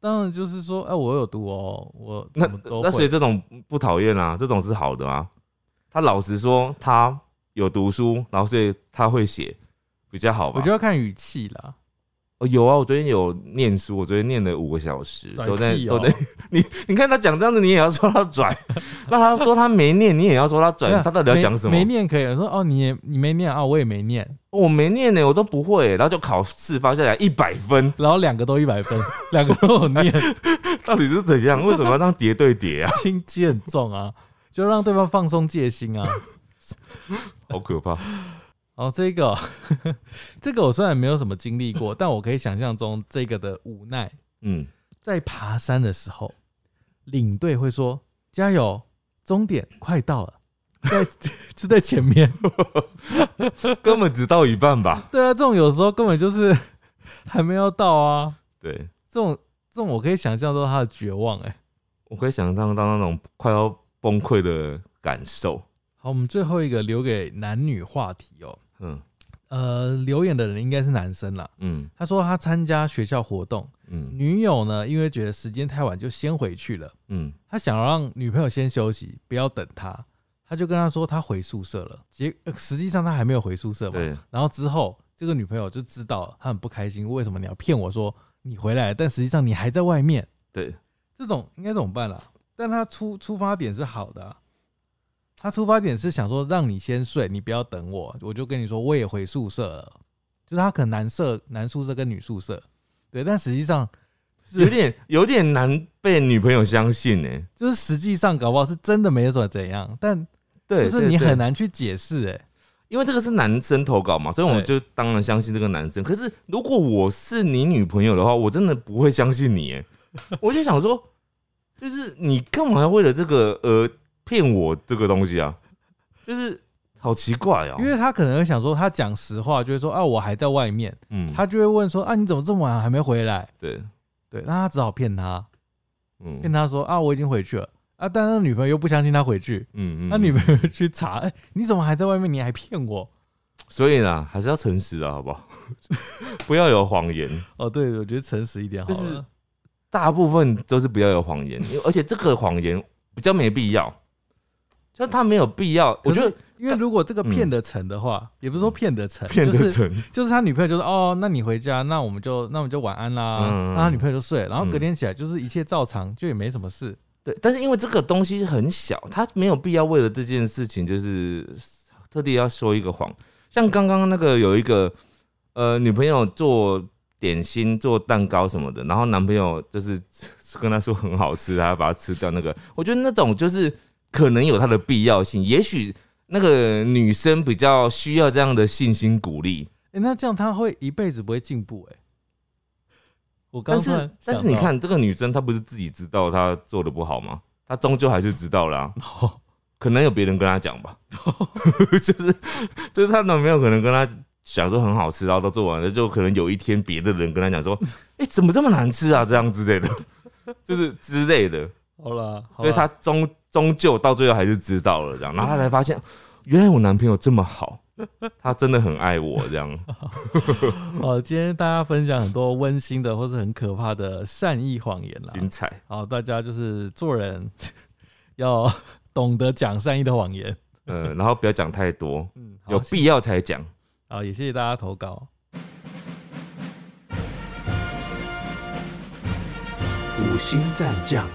A: 当然就是说，哎、我有读哦，我
B: 那
A: 怎么都
B: 那所以
A: 会。
B: 这种不讨厌啊，这种是好的啊。他老实说，他有读书，然后所以他会写，比较好吧。
A: 我就要看语气啦，
B: 哦有啊，我昨天有念书，我昨天念了五个小时，
A: 拽
B: 都在
A: 屁
B: 都
A: 哦
B: 在。 你你看他讲这样子，你也要说他拽；那他说他没念，你也要说他
A: 没
B: 拽。
A: 有
B: 他到底要讲什么？
A: 没没念可以说哦，你也你没念啊，我也没念，
B: 我没念呢、我都不会欸、然后就考试发下来一百分，
A: 然后两个都一 百分，两个都有念，
B: 到底是怎样？为什么要让叠对叠啊？
A: 心机很重啊，就让对方放松戒心啊。
B: 好可怕！
A: 哦，这个哦， 这个我虽然没有什么经历过，但我可以想象中这个的无奈。
B: 嗯，
A: 在爬山的时候，领队会说：“加油，终点快到了， 在就在前面。”
B: 根本只到一半吧？
A: 对啊，这种有时候根本就是 还没有到啊，
B: 对，
A: 这种这种我可以想象到他的绝望哎、
B: 我可以想象到那种快要崩溃的感受。
A: 好，我们最后一个留给男女话题哦。
B: 嗯
A: 呃，留言的人应该是男生啦。
B: 嗯
A: 他说他参加学校活动，
B: 嗯
A: 女友呢因为觉得时间太晚就先回去了，
B: 嗯，
A: 他想让女朋友先休息，不要等他。他就跟他说他回宿舍了，结呃实际上他还没有回宿舍嘛。
B: 对，
A: 然后之后这个女朋友就知道了，她很不开心，为什么你要骗我说你回来了，但实际上你还在外面？
B: 对，
A: 这种应该怎么办啦、但他出出发点是好的啊、他出发点是想说让你先睡，你不要等我，我就跟你说我也回宿舍了，就是他可能男舍男宿舍跟女宿舍，对，但实际上
B: 有点有点难被女朋友相信呢、
A: 就是实际上搞不好是真的没什么怎样，但
B: 对，
A: 就是你
B: 对对
A: 很难去解释、欸，
B: 因为这个是男生投稿嘛，所以我们
A: 对
B: 就当然相信这个男生。可是如果我是你女朋友的话，我真的不会相信 你耶。我就想说，就是你干嘛要为了这个呃骗我这个东西啊？就是好奇怪哦、
A: 因为他可能会想说他讲实话，就会说啊我还在外面，
B: 嗯，
A: 他就会问说啊你怎么这么晚还没回来？
B: 对，
A: 对，那他只好骗他，
B: 嗯
A: 骗他说啊我已经回去了啊，但那女朋友又不相信他回去，
B: 嗯嗯
A: 他女
B: 嗯
A: 朋友去查，哎、你怎么还在外面？你还骗我？
B: 所以呢，还是要诚实啊，好不好？ 不要有谎言，
A: 哦，对，我觉得诚实一点好了。
B: 就是大部分都是不要有谎言，因为而且这个谎言比较没必要，就他没有必要。我
A: 可是
B: 觉得
A: 因为如果这个骗得成的话，也不是说嗯骗得成，
B: 骗
A: 就
B: 得
A: 是
B: 成，
A: 就是他女朋友就说哦，那你回家，那我们就那我们就晚安啦，
B: 嗯
A: 那他女朋友就睡了，然后隔
B: 嗯
A: 天起来就是一切照常，就也没什么事。
B: 对，但是因为这个东西很小，他没有必要为了这件事情就是特地要说一个谎。像刚刚那个有一个呃女朋友做点心、做蛋糕什么的，然后男朋友就是 跟她说很好吃，她把它吃掉。那个我觉得那种就是可能有它的必要性，也许那个女生比较需要这样的信心鼓励。
A: 哎、那这样他会一辈子不会进步哎、我刚
B: 但
A: 突然
B: 是但是
A: 想
B: 你
A: 到，
B: 看这个女生，她不是自己知道她做的不好吗？她终究还是知道啦、
A: 哦
B: 可能有别人跟她讲吧， 就是就是她男朋友可能跟她想说很好吃，啊然后都做完了，就可能有一天别的人跟她讲说，哎、怎么这么难吃啊？这样之类的， 就是之类的，
A: 好 啦，好啊
B: 所以
A: 啦
B: 她终终究到最后还是知道了这样，然后她才发现，原来我男朋友这么好，他真的很爱我这 样。
A: 好，今天大家分享很多温馨的或是很可怕的善意谎言啦。
B: 精彩，
A: 好，大家就是做人 要 懂得讲善意的谎言。
B: 呃，然后不要讲太多，
A: 嗯，好
B: 有必要才讲。
A: 好，也谢谢大家投稿。
C: 五星战将，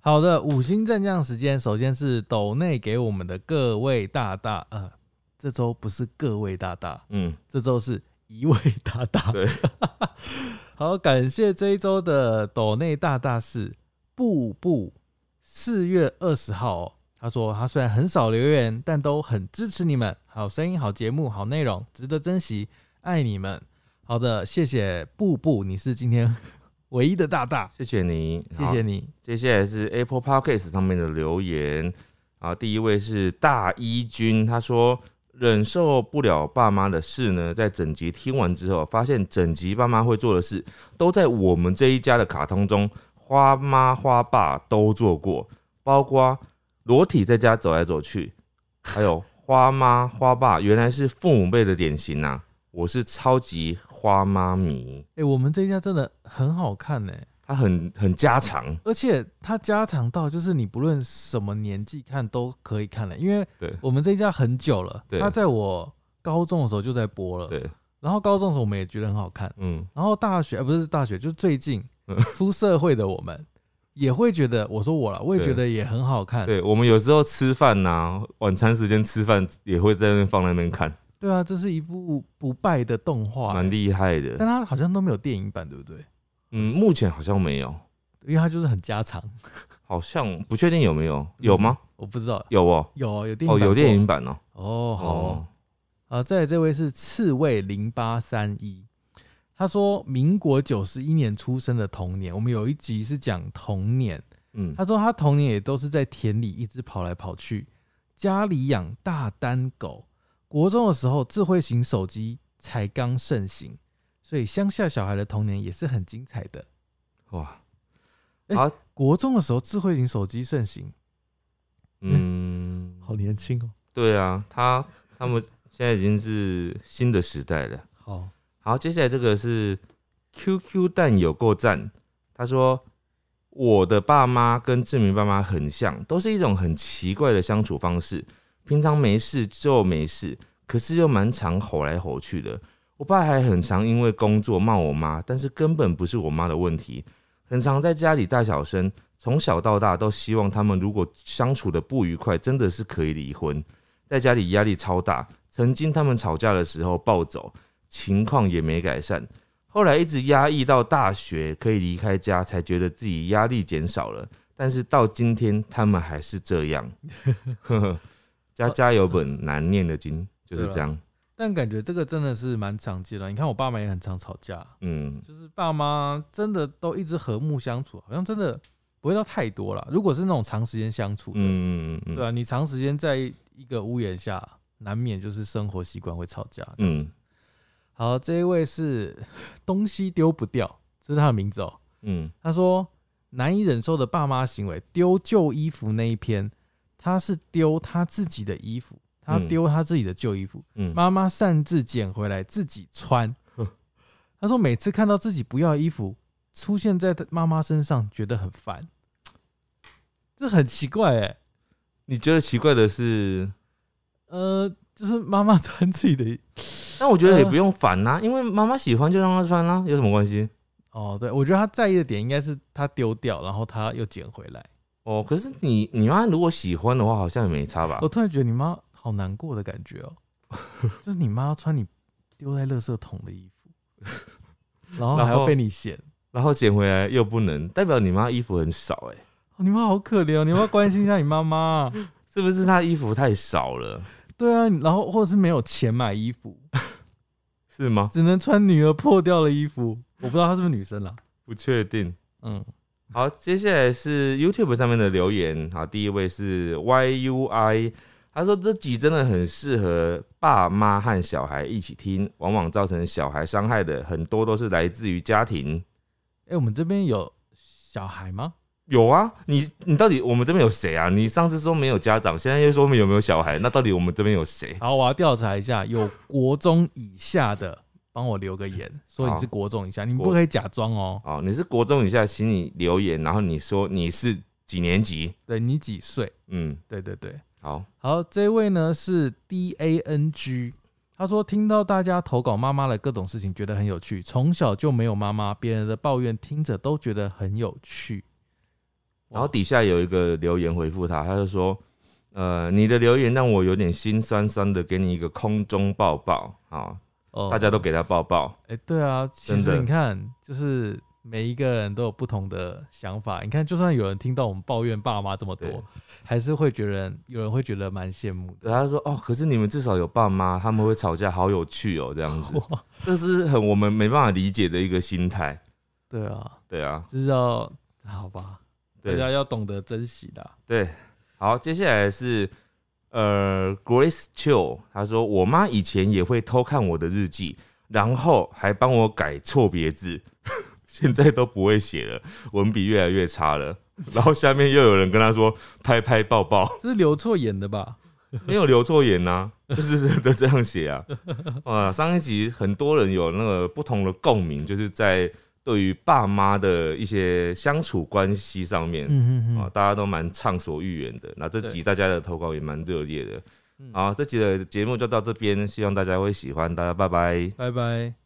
A: 好的，五星战将时间，首先是斗内给我们的各位大大，呃，这周不是各位大大，
B: 嗯，
A: 这周是一位大大。
B: 对，
A: 好，感谢这一周的斗内大大是布布，四月二十号、哦，他说他虽然很少留言，但都很支持你们，好声音、好节目、好内容，值得珍惜，爱你们。好的，谢谢布布，你是今天 唯一的大大，
B: 谢谢你，
A: 谢
B: 好
A: 谢你。
B: 接下来是 Apple Podcast 上面的留言啊，第一位是大一君，他说忍受不了爸妈的事呢，在整集听完之后，发现整集爸妈会做的事都在我们这一家的卡通中，花妈花爸都做过，包括裸体在家走来走去，还有花妈花爸原来是父母辈的典型啊，我是超级花妈迷，
A: 哎、我们这一家真的很好看呢、
B: 他很很家常，
A: 而且它加长到就是你不论什么年纪看都可以看了，因为
B: 对
A: 我们这一家很久了，
B: 对
A: 它在我高中的时候就在播了，
B: 对，
A: 然后高中的时候我们也觉得很好看，
B: 嗯
A: 然后大学、呃、不是大学，就最近
B: 嗯
A: 出社会的我们也会觉得，我说我了，我也
B: 对
A: 觉得也很好看，
B: 对，我们有时候吃饭呐、晚餐时间吃饭也会在那边放那边看，
A: 对啊，这是一部不败的动画、
B: 蛮厉害
A: 但
B: 的。
A: 它好像都没有电影版，对不对？
B: 嗯，目前好像没有，
A: 因为它就是很家常，
B: 好像不确定有没有，有吗？
A: 我不知道
B: 有哦，
A: 有哦有电影
B: 哦，
A: 版
B: 有
A: 嗯过
B: 电影版哦。
A: 哦，好哦
B: 哦，
A: 啊，再来这位是刺猬零八三一，他说，民国九十一年出生的童年，我们有一集是讲童年。
B: 嗯
A: 他说他童年也都是在田里一直跑来跑去，家里养大单狗。国中的时候，智慧型手机才刚盛行，所以乡下小孩的童年也是很精彩的。
B: 哇，
A: 哎
B: 好，
A: 国中的时候，智慧型手机盛行，
B: 嗯，
A: 好年轻哦。
B: 对啊，他他们现在已经是新的时代了。
A: 好，
B: 好，接下来这个是 QQ 蛋有够赞，他说我的爸妈跟志明爸妈很像，都是一种很奇怪的相处方式，平常没事就没事，可是又蛮常吼来吼去的。我爸还很常因为工作骂我妈，但是根本不是我妈的问题，很常在家里大小声。从小到大都希望他们如果相处的不愉快，真的是可以离婚。在家里压力超大，曾经他们吵架的时候暴走，情况也没改善。后来一直压抑到大学可以离开家，才觉得自己压力减少了。但是到今天，他们还是这样。 呵呵，家
A: 呃
B: 家有本难念的经，就是
A: 啊
B: 这样。
A: 但感觉这个真的是蛮常见的。你看我爸妈也很常吵架，
B: 嗯
A: 就是爸妈真的都一直和睦相处，好像真的不会到太多啦。如果是那种长时间相处的，
B: 嗯嗯嗯，
A: 对啊，你长时间在一个屋檐下，难免就是生活习惯会吵架。嗯，
B: 嗯
A: 好，这一位是东西丢不掉，这是他的名字哦。
B: 嗯
A: 他说难以忍受的爸妈行为，丢旧衣服那一篇，他是丢他自己的衣服，他
B: 嗯
A: 丢他自己的旧衣服，
B: 嗯，
A: 妈妈擅自捡回来自己 穿。他说每次看到自己不要的衣服出现在他妈妈身上，觉得很烦。这很奇怪哎、
B: 你觉得奇怪的是，
A: 呃，就是妈妈穿自己的衣。
B: 但我觉得也不用烦啦、因为妈妈喜欢就让她穿啦、有什么关系？
A: 哦，对，我觉得他在意的点应该是他丢掉，然后他又捡回来。
B: 哦，可是你你妈如果喜欢的话，好像也没差吧
A: 我？突然觉得你妈好难过的感 觉哦，就是你妈穿你丢在垃圾桶的衣服， 然后还
B: 然
A: 要
B: 后
A: 被你 嫌。
B: 然后捡回来又不能，代表你妈衣服很少哎、
A: 哦、你妈好可怜哦，你要不要关心一下你妈啊妈。
B: 是不是她衣服太少了？
A: 对啊，然后或者是没有钱买衣服，
B: 是吗？
A: 只能穿女儿破掉的衣服。我不知道她是不是女生啦。
B: 不确定。
A: 嗯，
B: 好，接下来是 YouTube 上面的留言。好，第一位是 YUI，他说这集真的很适合爸妈和小孩一起听，往往造成小孩伤害的很多都是来自于家庭。
A: 哎、我们这边有小孩吗？
B: 有啊，你你到底我们这边有谁啊？你上次说没有家长，现在又说我们有没有小孩，那到底我们这边有谁？
A: 好，我要调查一下，有国中以下的，帮我留个言，说你是国中以下，你们不
B: 我
A: 可以假装哦。
B: 哦，你是国中以下，请你留言，然后你说你是几年级？
A: 对你几岁？
B: 嗯，
A: 对对对。
B: 好，
A: 好，这位呢是 D A N G，他说听到大家投稿妈妈的各种事情，觉得很有趣。从小就没有妈妈，别人的抱怨听着都觉得很有趣。
B: 然后底下有一个留言回复他，他就说：“呃，你的留言让我有点心酸酸的，给你一个空中抱抱。好，
A: 哦
B: 大家都给他抱抱。
A: 哎、对啊，其
B: 真
A: 实
B: 的
A: 你看，就是每一个人都有不同的想法。你看，就算有人听到我们抱怨爸妈这么
B: 对
A: 多，还是会觉得有人会觉得蛮羡慕的。
B: 对，他说：“哦，可是你们至少有爸妈，他们会吵架，好有趣哦，这样子，这是很我们没办法理解的一个心态。
A: 对啊，”
B: 对啊，
A: 知道好吧？大家
B: 对
A: 要懂得珍惜啦。
B: 对。好，接下来是呃，Grace Chill，他说：“我妈以前也会偷看我的日记，然后还帮我改错别字， 现在都不会写了，文笔越来越差了。”然后下面又有人跟他说：“拍拍抱抱，
A: 这是留错眼的吧？
B: 没有留错眼呐、就是都这样写啊。”哇，上一集很多人有那个不同的共鸣，就是在对于爸妈的一些相处关系上面，
A: 嗯
B: 啊，大家都蛮畅所欲言的。那这
A: 对
B: 集大家的投稿也蛮热烈的
A: 嗯。
B: 好，这集的节目就到这边，希望大家会喜欢。大家拜拜。
A: 拜拜。